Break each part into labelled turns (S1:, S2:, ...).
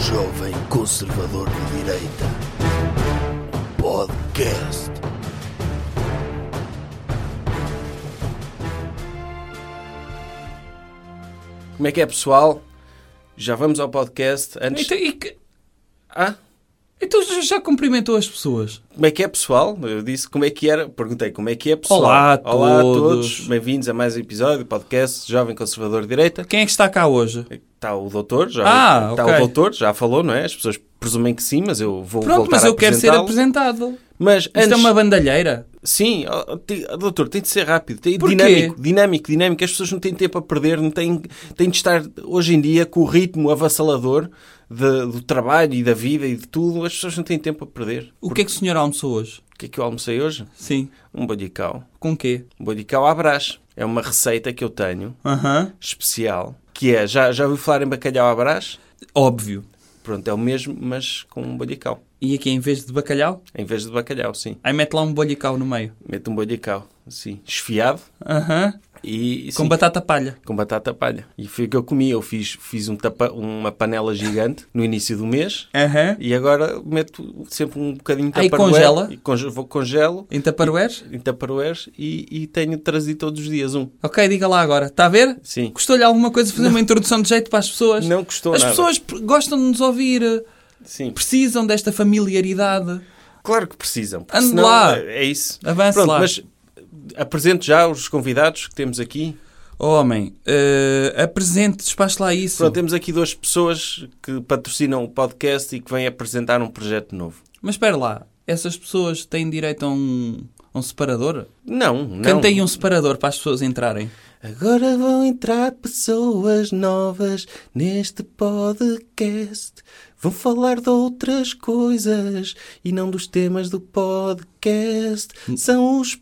S1: jovem conservador de direita. Um podcast.
S2: Como é que é, pessoal? Já vamos ao podcast. Antes.
S3: Então, e que-
S2: Ah?
S3: então já- já cumprimentou as pessoas?
S2: Como é que é, pessoal? Eu disse como é que era. Perguntei como é que é, pessoal.
S3: Olá a
S2: Olá
S3: todos.
S2: Bem-vindos a mais um episódio do podcast Jovem Conservador de Direita.
S3: Quem é que está cá hoje?
S2: Está o doutor, já
S3: Ah,
S2: está
S3: ok.
S2: o doutor, já falou, não é? As pessoas presumem que sim, mas eu vou
S3: Pronto,
S2: voltar
S3: mas
S2: a
S3: eu quero ser
S2: apresentá-lo.
S3: apresentado.
S2: Mas
S3: Isto
S2: antes,
S3: é uma bandalheira.
S2: sim, ó, ti- ó, doutor, tem de ser rápido, tem
S3: Porquê?
S2: dinâmico, dinâmico, dinâmico. As pessoas não têm tempo a perder, não têm, têm de estar hoje em dia com o ritmo avassalador de- do trabalho e da vida e de tudo. As pessoas não têm tempo a perder.
S3: O que é que o senhor almoçou hoje?
S2: O que é que eu almocei hoje?
S3: Sim.
S2: Um bolicau.
S3: Com quê?
S2: Um bolicau à brás. É uma receita que eu tenho,
S3: Aham.
S2: especial, que é, já, já ouviu falar em bacalhau à brás?
S3: Óbvio.
S2: Pronto, é o mesmo, mas com um bolicau.
S3: E aqui, em vez de bacalhau,
S2: Em vez de bacalhau, sim.
S3: aí mete lá um bolhicau no meio.
S2: Mete um bolicau, assim, esfiado
S3: Aham.
S2: e... e
S3: Com
S2: sim,
S3: batata palha.
S2: com batata palha. E foi o que eu comi. Eu fiz, fiz um tapa- uma panela gigante no início do mês
S3: Aham.
S2: e agora meto sempre um bocadinho de
S3: Aí
S2: Tupperware
S3: Ah, congela?
S2: E conge- vou congelo
S3: Em taparueres?
S2: em taparoeiros e, e tenho trazido todos os dias um.
S3: Ok, diga lá agora. Está a ver?
S2: Sim.
S3: Custou-lhe alguma coisa fazer uma introdução de jeito para as pessoas?
S2: Não custou
S3: As
S2: nada.
S3: pessoas p- gostam de nos ouvir,
S2: Sim.
S3: precisam desta familiaridade.
S2: Claro que precisam. porque
S3: Ande
S2: senão
S3: lá.
S2: É isso.
S3: Avance
S2: Pronto,
S3: lá.
S2: mas apresento já os convidados que temos aqui.
S3: Oh, homem, eh, apresente, despache lá isso.
S2: Pronto, temos aqui duas pessoas que patrocinam o podcast e que vêm apresentar um projeto novo.
S3: Mas espera lá, essas pessoas têm direito a um, a um separador?
S2: Não, não.
S3: Cantei um separador para as pessoas entrarem.
S2: Agora vão entrar pessoas novas neste podcast. Vão falar de outras coisas e não dos temas do podcast. São os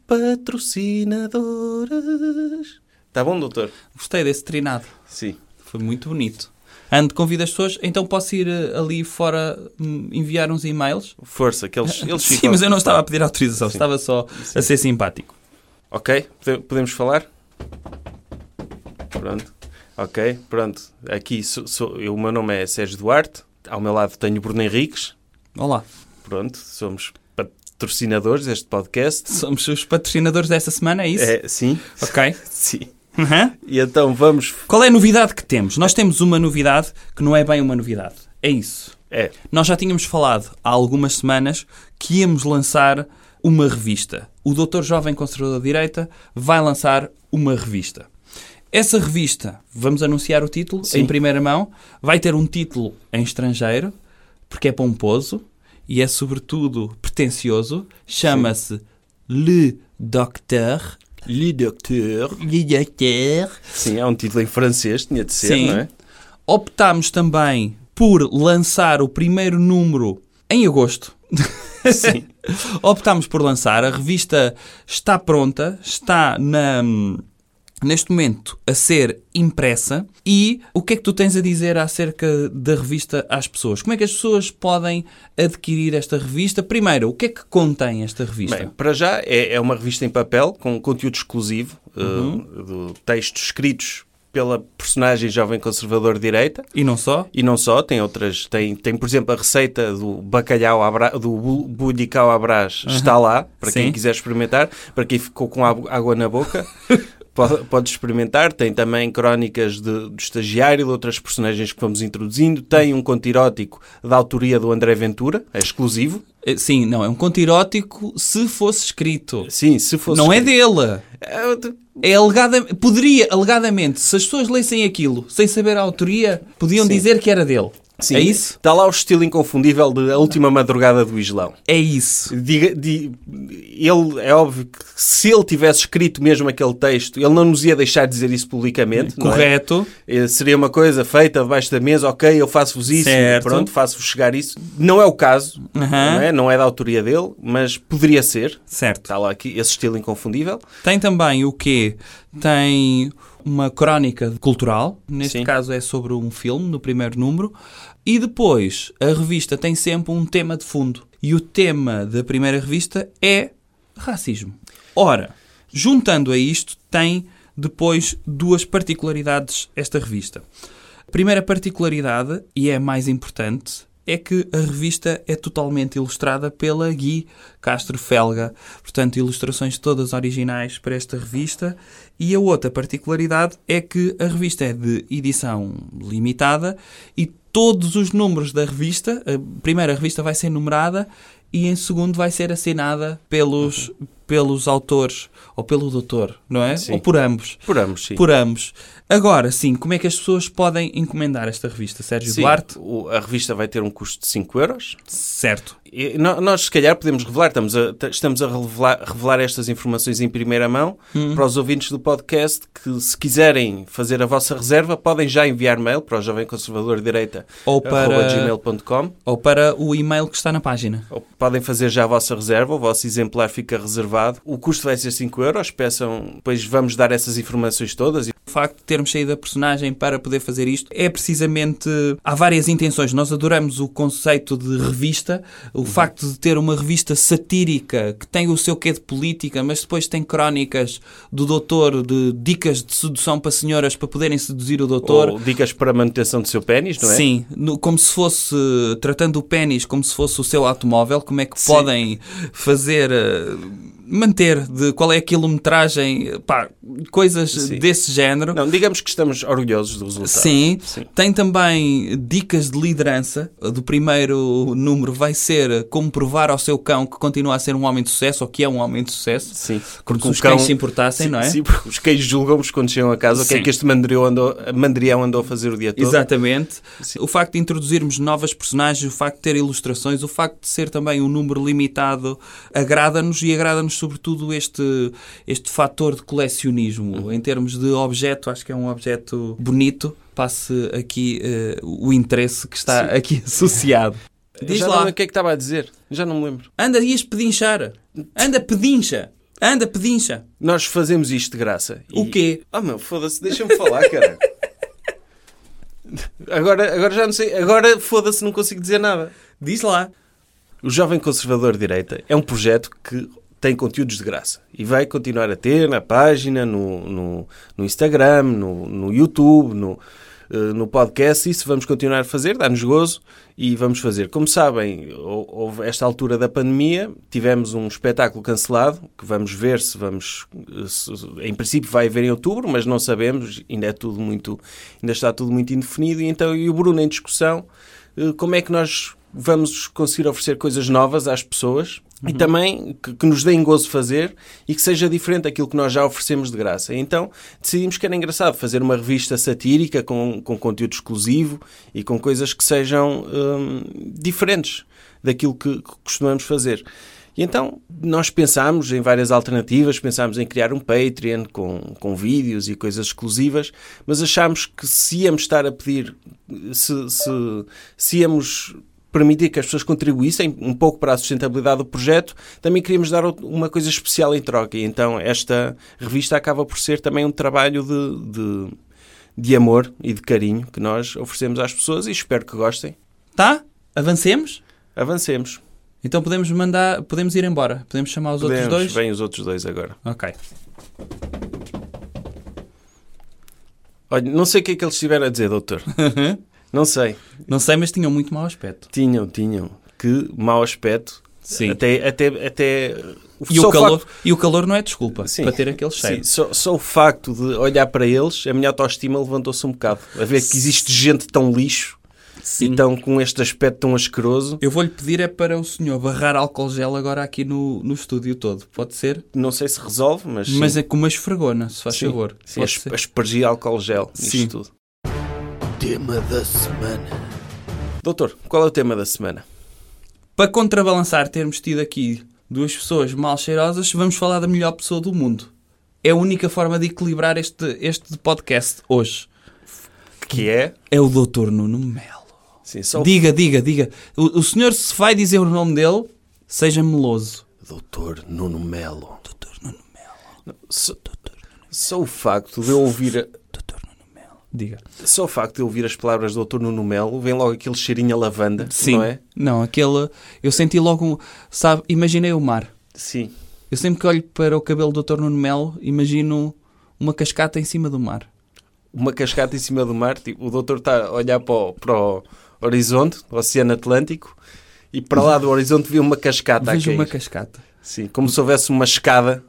S2: patrocinadores. Tá bom, doutor?
S3: Gostei desse trinado.
S2: Sim.
S3: Foi muito bonito. Ando, convido as pessoas, então posso ir eh, ali fora hum, enviar uns e-mails?
S2: Força, que eles, eles
S3: Sim,
S2: ficam-
S3: mas eu não estava a pedir autorização, estava só a ser simpático.
S2: Ok, pode- podemos falar? Pronto. Ok, pronto. Aqui sou, sou- eu, o meu nome é Sérgio Duarte. Ao meu lado tenho o Bruno Henriques.
S3: Olá,
S2: Pronto, somos patrocinadores deste podcast.
S3: somos os patrocinadores desta semana, é isso?
S2: É, sim,
S3: Ok.
S2: sim.
S3: Uhum.
S2: E então vamos.
S3: Qual é a novidade que temos? Nós temos uma novidade que não é bem uma novidade. É isso.
S2: É,
S3: Nós já tínhamos falado há algumas semanas que íamos lançar uma revista. O Doutor Jovem Conservador de Direita vai lançar uma revista. Essa revista, vamos anunciar o título
S2: Sim.
S3: em primeira mão, vai ter um título em estrangeiro, porque é pomposo e é sobretudo pretencioso. Chama-se Le Docteur.
S2: Le Docteur.
S3: Le Docteur.
S2: Sim, é um título em francês, tinha de ser,
S3: Sim.
S2: não é?
S3: Optámos também por lançar o primeiro número em agosto.
S2: Sim.
S3: Optámos por lançar. A revista está pronta, está na, neste momento a ser impressa. E o que é que tu tens a dizer acerca da revista às pessoas? Como é que as pessoas podem adquirir esta revista? Primeiro, o que é que contém esta revista?
S2: Bem, para já é, é uma revista em papel com conteúdo exclusivo, eh, do textos escritos pela personagem jovem conservador de direita.
S3: e não só?
S2: E não só, tem outras, tem, tem por exemplo a receita do bacalhau à bra, do bu- bulicau à brás está lá, para quem
S3: Sim.
S2: quiser experimentar, para quem ficou com águ- água na boca, pode, pode experimentar, tem também crónicas de- do estagiário, de outras personagens que vamos introduzindo, tem um conto erótico da autoria do André Ventura, é exclusivo,
S3: Eh, Sim, não, é um conto erótico se fosse escrito.
S2: sim, se fosse...
S3: Não é dele.
S2: é de...
S3: É alegada, poderia, alegadamente, se as pessoas lessem aquilo sem saber a autoria, podiam
S2: Sim.
S3: dizer que era dele.
S2: Sim,
S3: É isso?
S2: Está lá o estilo inconfundível de A Última Madrugada do Islão.
S3: É isso.
S2: Diga- di- ele, é óbvio que se ele tivesse escrito mesmo aquele texto, ele não nos ia deixar dizer isso publicamente. não é?
S3: Correto.
S2: Eh, Seria uma coisa feita debaixo da mesa, ok, eu faço-vos isso,
S3: Certo.
S2: pronto, faço-vos chegar isso. Não é o caso,
S3: Aham.
S2: não, é? não é da autoria dele, mas poderia ser.
S3: Certo.
S2: Está lá aqui esse estilo inconfundível.
S3: Tá. Tem também o quê? Tem uma crónica cultural, neste
S2: Sim.
S3: caso é sobre um filme, no primeiro número, e depois a revista tem sempre um tema de fundo. E o tema da primeira revista é racismo. Ora, juntando a isto, tem depois duas particularidades esta revista. Primeira particularidade, e é a mais importante, é que a revista é totalmente ilustrada pela Gui Castro Felga. Portanto, ilustrações todas originais para esta revista. E a outra particularidade é que a revista é de edição limitada e todos os números da revista, a primeira revista vai ser numerada e em segundo vai ser assinada pelos, pelos autores ou pelo doutor, não é?
S2: Sim.
S3: Ou por ambos.
S2: Por ambos, sim.
S3: Por ambos. Agora, sim, como é que as pessoas podem encomendar esta revista, Sérgio
S2: Sim,
S3: Duarte?
S2: o- a revista vai ter um custo de 5 euros.
S3: Certo.
S2: E no- Nós, se calhar, podemos revelar, estamos a, t- estamos a revelar, revelar estas informações em primeira mão
S3: Uhum.
S2: para os ouvintes do podcast que, se quiserem fazer a vossa reserva, podem já enviar mail para o Jovem Conservador Direita
S3: Ou para-
S2: gmail.com
S3: Ou para o e-mail que está na página.
S2: Ou Podem fazer já a vossa reserva, o vosso exemplar fica reservado. O custo vai ser 5 euros. Peçam, depois vamos dar essas informações todas.
S3: O facto de termos saído a personagem para poder fazer isto é precisamente. Há várias intenções. Nós adoramos o conceito de revista,
S2: Uhum.
S3: o facto de ter uma revista satírica que tem o seu quê de política, mas depois tem crónicas do doutor, de dicas de sedução para senhoras para poderem seduzir o doutor.
S2: Ou dicas para a manutenção do seu pênis, não é?
S3: Sim, no- como se fosse, tratando o pênis como se fosse o seu automóvel, como é que
S2: Sim.
S3: podem fazer, eh, manter, de qual é a quilometragem, pá, coisas
S2: Sim.
S3: desse género.
S2: Não, digamos que estamos orgulhosos do resultado.
S3: Sim.
S2: Sim.
S3: tem também dicas de liderança. Do primeiro número vai ser eh, como provar ao seu cão que continua a ser um homem de sucesso ou que é um homem de sucesso.
S2: Sim.
S3: Como se
S2: o
S3: os cães
S2: cão-
S3: se importassem,
S2: Sim,
S3: não é?
S2: sim, porque os cães julgam-vos quando chegam a casa. O que é
S3: Sim.
S2: que este mandrião andou, mandrião andou a fazer o dia todo?
S3: Exatamente.
S2: Sim.
S3: O facto de introduzirmos novas personagens, o facto de ter ilustrações, o facto de ser também um número limitado, agrada-nos e agrada-nos sobretudo este, este fator de colecionismo.
S2: Uhum.
S3: Em termos de objeto, acho que é um objeto bonito. Passe aqui eh, o interesse que está aqui associado.
S2: Eu
S3: Diz
S2: já
S3: lá,
S2: não- o que é que estava a dizer? Já não me lembro.
S3: anda ias pedinchar. Anda pedincha. Anda pedincha.
S2: Nós fazemos isto de graça.
S3: O
S2: E-
S3: quê?
S2: Ah, meu, foda-se, deixa-me falar, cara. Agora, agora já não sei. Agora, foda-se, não consigo dizer nada.
S3: Diz lá.
S2: O Jovem Conservador de Direita é um projeto que tem conteúdos de graça e vai continuar a ter na página, no, no, no Instagram, no, no YouTube, no, eh, no podcast. Isso vamos continuar a fazer, dá-nos gozo e vamos fazer. Como sabem, hou- houve esta altura da pandemia, tivemos um espetáculo cancelado que vamos ver se vamos. eh, se- em princípio, vai haver em outubro, mas não sabemos, ainda, é tudo muito, ainda está tudo muito indefinido. E, então, e o Bruno em discussão eh, como é que nós vamos conseguir oferecer coisas novas às pessoas e também que, que nos deem gozo fazer e que seja diferente daquilo que nós já oferecemos de graça. Então decidimos que era engraçado fazer uma revista satírica com, com conteúdo exclusivo e com coisas que sejam hum, diferentes daquilo que, que costumamos fazer. E então nós pensámos em várias alternativas, pensámos em criar um Patreon com, com vídeos e coisas exclusivas, mas achámos que se íamos estar a pedir, se, se, se íamos permitir que as pessoas contribuíssem um pouco para a sustentabilidade do projeto, também queríamos dar out- uma coisa especial em troca. E então esta revista acaba por ser também um trabalho de, de, de amor e de carinho que nós oferecemos às pessoas e espero que gostem.
S3: Tá? Avancemos?
S2: Avancemos.
S3: Então podemos mandar, podemos ir embora. Podemos chamar os
S2: Podemos.
S3: outros dois.
S2: Vêm os outros dois agora.
S3: Ok.
S2: Olha, não sei o que é que eles estiveram a dizer, doutor. não sei.
S3: Não sei, mas tinham muito mau aspecto.
S2: Tinham, tinham. Que mau aspecto.
S3: Sim.
S2: Até, até, até...
S3: E
S2: só
S3: o, calor,
S2: facto-
S3: e o calor não é desculpa
S2: Sim.
S3: para ter aquele
S2: Sim,
S3: cheiro.
S2: só, só o facto de olhar para eles, a minha autoestima levantou-se um bocado. A ver que existe gente tão lixo e tão com este aspecto tão asqueroso.
S3: Eu vou-lhe pedir é para o senhor barrar álcool gel agora aqui no, no estúdio todo. Pode ser?
S2: Não sei se resolve, mas...
S3: Mas é com uma esfregona, se faz
S2: sim.
S3: favor.
S2: Sim,
S3: Pode
S2: as-
S3: ser?
S2: aspergir álcool gel. isto
S3: Sim.
S2: tudo.
S1: Tema da semana.
S2: Doutor, qual é o tema da semana?
S3: Para contrabalançar termos tido aqui duas pessoas mal cheirosas, vamos falar da melhor pessoa do mundo. É a única forma de equilibrar este, este podcast hoje.
S2: Que é...
S3: É o Dr. Nuno Melo.
S2: Sim, só o
S3: Diga, diga, diga. O, o senhor, se vai dizer o nome dele, seja meloso.
S1: Doutor Nuno Melo.
S2: Só, só o facto de eu ouvir
S3: Diga.
S2: a- só o facto de eu ouvir as palavras do Dr. Nuno Melo, vem logo aquele cheirinho a lavanda,
S3: Sim.
S2: não é?
S3: Não, aquele. Eu senti logo. um- Sabe, imaginei o mar.
S2: Sim.
S3: Eu sempre que olho para o cabelo do Dr. Nuno Melo, imagino uma cascata em cima do mar.
S2: uma cascata em cima do mar, tipo, o doutor está a olhar para o, para o horizonte, o Oceano Atlântico, e para lá do horizonte vê uma cascata a
S3: Vejo
S2: cair.
S3: uma cascata.
S2: Sim, como se houvesse uma escada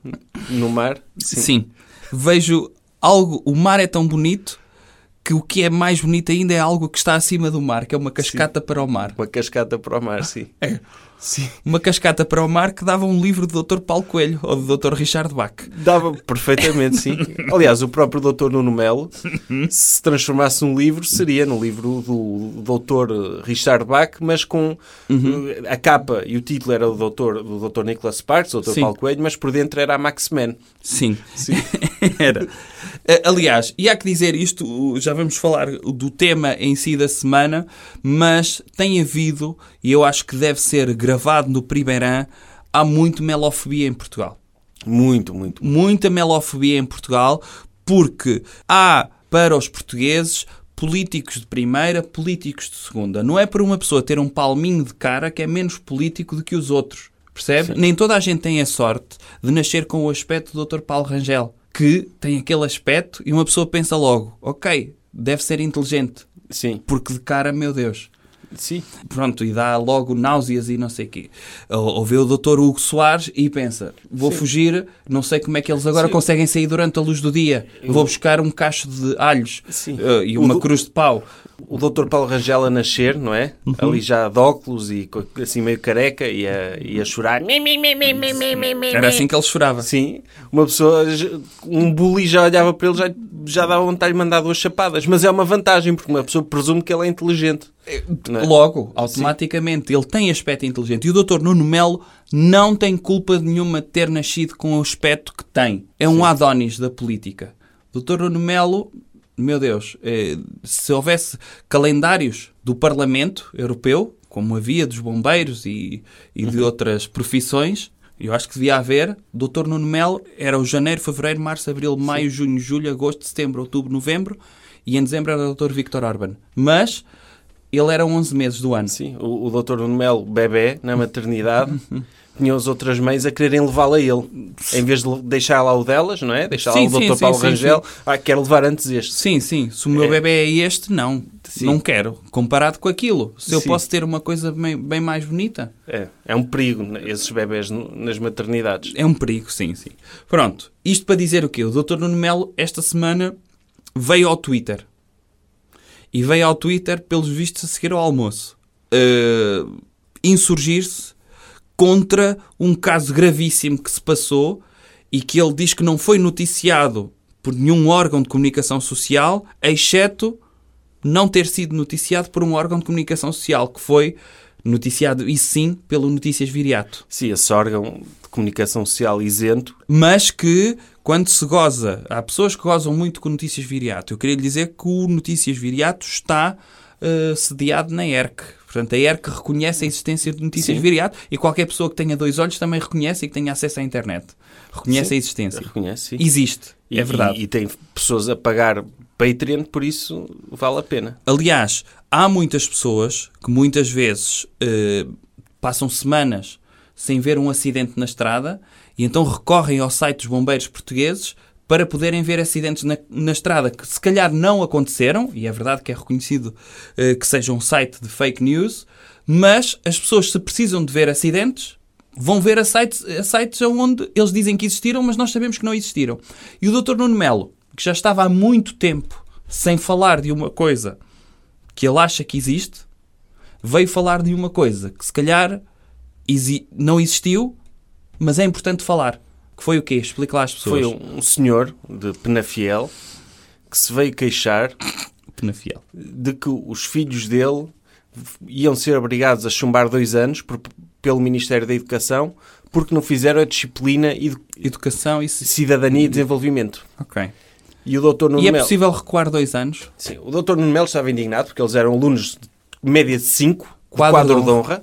S2: no mar.
S3: Sim. Vejo algo. O mar é tão bonito que o que é mais bonito ainda é algo que está acima do mar, que é uma cascata para o mar.
S2: Uma cascata para o mar, sim.
S3: É,
S2: Sim.
S3: Uma cascata para o mar que dava um livro do Dr. Paulo Coelho ou do Dr. Richard Bach.
S2: Dava perfeitamente, sim. Aliás, o próprio Dr. Nuno Melo, se transformasse num livro, seria no livro do Dr. Richard Bach, mas com eh, a capa e o título era do Dr. Do Dr. Nicholas Sparks, do Dr.
S3: Sim.
S2: Paulo Coelho, mas por dentro era a Max Mann.
S3: Sim.
S2: Sim.
S3: Era. Eh, Aliás, e há que dizer isto, o- já vamos falar do tema em si da semana, mas tem havido, e eu acho que deve ser gravado no Primeirão, há muito melofobia em Portugal.
S2: Muito, muito.
S3: muita melofobia em Portugal porque há para os portugueses políticos de primeira, políticos de segunda. Não é por uma pessoa ter um palminho de cara que é menos político do que os outros. Percebe? Nem toda a gente tem a sorte de nascer com o aspecto do Dr. Paulo Rangel, que tem aquele aspecto e uma pessoa pensa logo, ok, deve ser inteligente,
S2: Sim,
S3: porque de cara, meu Deus.
S2: sim.
S3: Pronto, e dá logo náuseas e não sei o quê. Ou, ou vê o Dr. Hugo Soares e pensa: vou fugir, não sei como é que eles agora conseguem sair durante a luz do dia. Vou buscar um cacho de alhos
S2: Sim.
S3: eh, e
S2: O
S3: uma
S2: do-
S3: cruz de pau.
S2: O Dr. Paulo Rangel a nascer, não é? Ali já de óculos e co- assim meio careca e a, e a chorar.
S3: Era assim que ele chorava.
S2: Sim, uma pessoa, j- um bully já olhava para ele, já, já dava vontade de mandar duas chapadas. Mas é uma vantagem, porque uma pessoa presume que ele é inteligente. não é?
S3: Logo, automaticamente, ele tem aspecto inteligente. E o Dr. Nuno Melo não tem culpa nenhuma de ter nascido com o aspecto que tem. É um Adonis da política. Dr. Nuno Melo, meu Deus, eh, se houvesse calendários do Parlamento Europeu, como havia dos bombeiros e, e
S2: Uhum.
S3: de outras profissões, eu acho que devia haver. Dr. Nuno Melo era o janeiro, fevereiro, março, abril, maio, junho, julho, agosto, setembro, outubro, novembro. E em dezembro era o Dr. Victor Orban. Mas ele era 11 meses do ano.
S2: Sim, o, o Dr. Nuno Melo, bebê, na maternidade, tinha as outras mães a quererem levá-la a ele. Em vez de le- deixar lá o delas, não é? Deixar lá
S3: Sim,
S2: o Dr.
S3: sim, sim,
S2: Paulo
S3: sim,
S2: Rangel. Ah, quero levar antes este.
S3: Sim, sim. Se o meu
S2: É.
S3: bebê é este, não.
S2: Sim.
S3: Não quero. Comparado com aquilo. Se eu
S2: Sim.
S3: posso ter uma coisa bem, bem mais bonita,
S2: É, é um perigo, né, esses bebés no- nas maternidades.
S3: é um perigo, sim, sim. Pronto. Isto para dizer o quê? O Dr. Nuno Melo, esta semana, veio ao Twitter. E veio ao Twitter, pelos vistos, a seguir ao almoço. Uh, Insurgir-se contra um caso gravíssimo que se passou e que ele diz que não foi noticiado por nenhum órgão de comunicação social, exceto não ter sido noticiado por um órgão de comunicação social, que foi noticiado, e sim, pelo Notícias Viriato
S2: Sim, esse órgão de comunicação social isento.
S3: mas que quando se goza, há pessoas que gozam muito com Notícias Viriato. Eu queria lhe dizer que o Notícias Viriato está eh, sediado na ERC. Portanto, a ERC reconhece a existência de Notícias Viriato e qualquer pessoa que tenha dois olhos também reconhece e que tenha acesso à internet. Reconhece
S2: Sim.
S3: a existência.
S2: Reconhece? sim.
S3: Existe,
S2: E-
S3: é verdade.
S2: E, e tem pessoas a pagar Patreon, por isso vale a pena.
S3: Aliás, há muitas pessoas que muitas vezes eh, passam semanas sem ver um acidente na estrada e então recorrem ao site dos bombeiros portugueses para poderem ver acidentes na, na estrada que se calhar não aconteceram, e é verdade que é reconhecido eh, que seja um site de fake news, mas as pessoas, se precisam de ver acidentes, vão ver a sites, a sites onde eles dizem que existiram, mas nós sabemos que não existiram. E o Dr. Nuno Melo, que já estava há muito tempo sem falar de uma coisa que ele acha que existe, veio falar de uma coisa que se calhar exi- não existiu, mas é importante falar. Que foi o quê? Explica lá às
S2: Foi
S3: pessoas.
S2: um, um senhor de Penafiel que se veio queixar
S3: Penafiel.
S2: de que os filhos dele iam ser obrigados a chumbar dois anos por- pelo Ministério da Educação porque não fizeram a disciplina e
S3: Educação e... se-
S2: cidadania e desenvolvimento.
S3: Ok.
S2: E o doutor Nuno
S3: E é
S2: Melo-
S3: possível recuar dois anos?
S2: Sim, o Dr. Nuno Melo estava indignado porque eles eram alunos de média de 5,
S3: Quadro
S2: quadro,
S3: de
S2: de honra,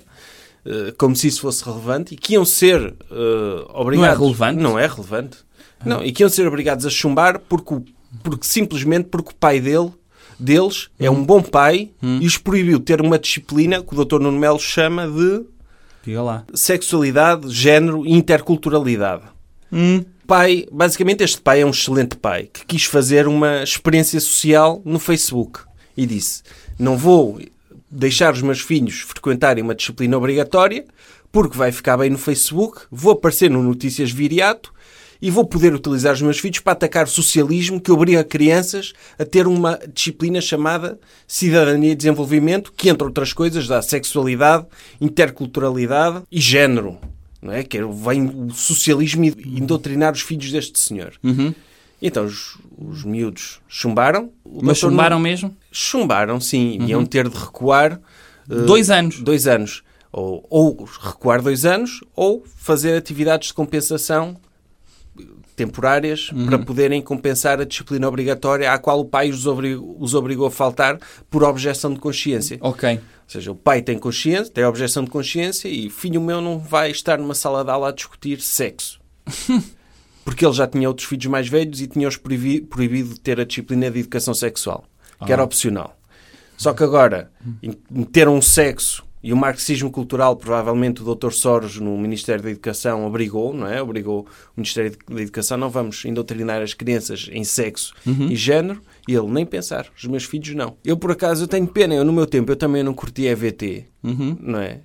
S2: eh, como se isso fosse relevante, e que iam ser eh, obrigados.
S3: relevante?
S2: Não é relevante. Não, e que iam ser obrigados a chumbar porque, o- porque simplesmente porque o pai dele, deles é um bom pai e os proibiu de ter uma disciplina que o Dr. Nuno Melo chama de
S3: Diga lá.
S2: sexualidade, género e interculturalidade. Pai, basicamente este pai é um excelente pai que quis fazer uma experiência social no Facebook e disse: "Não vou deixar os meus filhos frequentarem uma disciplina obrigatória, porque vai ficar bem no Facebook, vou aparecer no Notícias Viriato e vou poder utilizar os meus filhos para atacar o socialismo que obriga crianças a ter uma disciplina chamada cidadania e desenvolvimento, que, entre outras coisas, dá sexualidade, interculturalidade e género. Não é? Que vem o socialismo e indoutrinar os filhos deste senhor.
S3: Uhum.
S2: E Então, os, os miúdos chumbaram. O
S3: Mas
S2: doutor não-
S3: chumbaram mesmo?
S2: Chumbaram, sim. Iam ter de recuar eh,
S3: Dois anos.
S2: dois anos. Ou, ou recuar dois anos, ou fazer atividades de compensação eh, temporárias
S3: Uhum.
S2: para poderem compensar a disciplina obrigatória à qual o pai os obrigou, os obrigou a faltar por objeção de consciência.
S3: Ok.
S2: Ou seja, o pai tem consciência, tem objeção de consciência e filho meu não vai estar numa sala de aula a discutir sexo. Porque ele já tinha outros filhos mais velhos e tinha-os proibi- proibido de ter a disciplina de educação sexual, que era opcional. Só que agora in- meteram o sexo e o marxismo cultural, provavelmente o Dr. Soros no Ministério da Educação obrigou, não é? Obrigou o Ministério da Educação, não vamos indoutrinar as crianças em sexo e género. E ele, nem pensar, os meus filhos não. Eu, por acaso, eu tenho pena, eu no meu tempo, eu também não curti EVT, não é?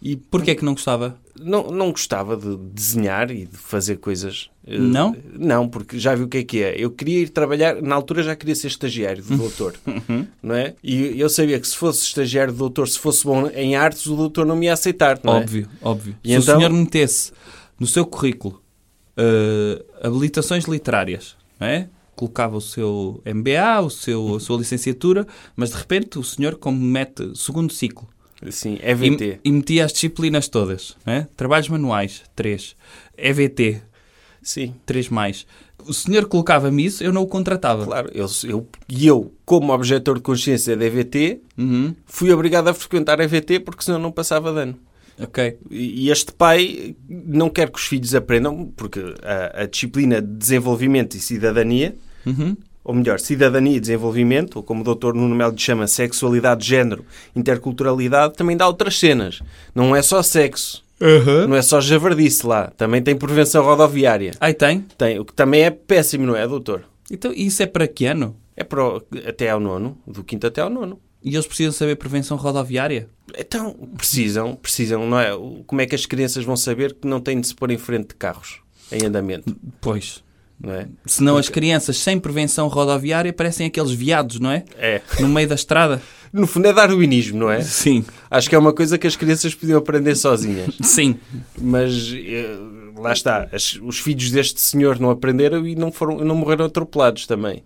S2: E
S3: Porquê é que não gostava?
S2: não, não gostava de desenhar e de fazer coisas. eh,
S3: Não?
S2: Não, porque já vi o que é que é. Eu queria ir trabalhar, na altura já queria ser estagiário do doutor,
S3: Uhum.
S2: não é? E eu sabia que se fosse estagiário do doutor, se fosse bom em artes, o doutor não me ia aceitar, não é?
S3: Óbvio, óbvio.
S2: E
S3: Se
S2: então-
S3: o senhor metesse no seu currículo eh, habilitações literárias, não é? colocava o seu MBA, o seu, a sua licenciatura, mas de repente o senhor, como mete segundo ciclo,
S2: Sim, é
S3: e,
S2: EVT.
S3: e metia as disciplinas todas, não é? trabalhos manuais, 3, EVT,
S2: Sim.
S3: 3 mais, o senhor colocava-me isso, eu não o contratava.
S2: Claro, eu, eu, e eu, como objetor de consciência da EVT,
S3: Uhum.
S2: fui obrigado a frequentar a EVT porque senão não passava de ano.
S3: Ok.
S2: E este pai não quer que os filhos aprendam, porque a, a disciplina de desenvolvimento e cidadania, ou melhor, cidadania e desenvolvimento, ou como o doutor Nuno Melo lhe chama, sexualidade, género, interculturalidade, também dá outras cenas. Não é só sexo, não é só javardice lá. Também tem prevenção rodoviária.
S3: Aí tem.
S2: Tem, o que também é péssimo, não é, doutor?
S3: Então, e isso é para que ano?
S2: É para o- até ao nono, do quinto até ao nono.
S3: E eles precisam saber prevenção rodoviária?
S2: Então, precisam, precisam, não é? O- Como é que as crianças vão saber que não têm de se pôr em frente de carros em andamento,
S3: Pois.
S2: não é?
S3: Senão as crianças sem prevenção rodoviária parecem aqueles viados, não é?
S2: É.
S3: No meio da estrada.
S2: No fundo é darwinismo, não é?
S3: Sim.
S2: Acho que é uma coisa que as crianças podiam aprender sozinhas.
S3: Sim.
S2: Mas eh, lá está, as- os filhos deste senhor não aprenderam e não, foram, não morreram atropelados também.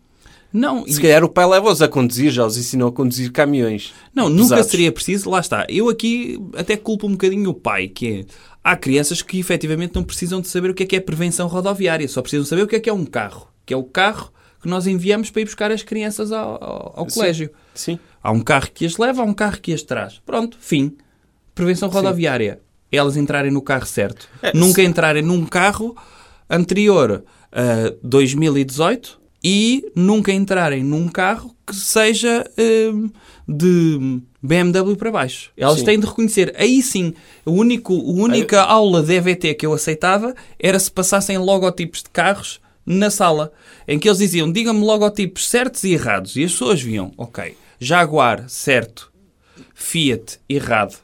S3: Não,
S2: Se
S3: e-
S2: calhar o pai leva-os a conduzir, já os ensinou a conduzir caminhões.
S3: não nunca
S2: pesados.
S3: seria preciso. Lá está. Eu aqui até culpo um bocadinho o pai, que é... Há crianças que efetivamente não precisam de saber o que é que é prevenção rodoviária. Só precisam saber o que é que é um carro. Que é o carro que nós enviamos para ir buscar as crianças ao, ao- ao colégio.
S2: Sim.
S3: Há um carro que as leva, há um carro que as traz. Pronto, fim. Prevenção rodoviária. Elas entrarem no carro certo.
S2: É,
S3: Nunca entrarem num carro anterior a 2018 e nunca entrarem num carro que seja hum, de BMW para baixo. Elas
S2: Sim.
S3: têm de reconhecer. Aí sim, o único, a única aula de EVT que eu aceitava era se passassem logotipos de carros na sala, em que eles diziam, digam-me logotipos certos e errados. E as pessoas viam, ok, Jaguar, certo. Fiat, errado.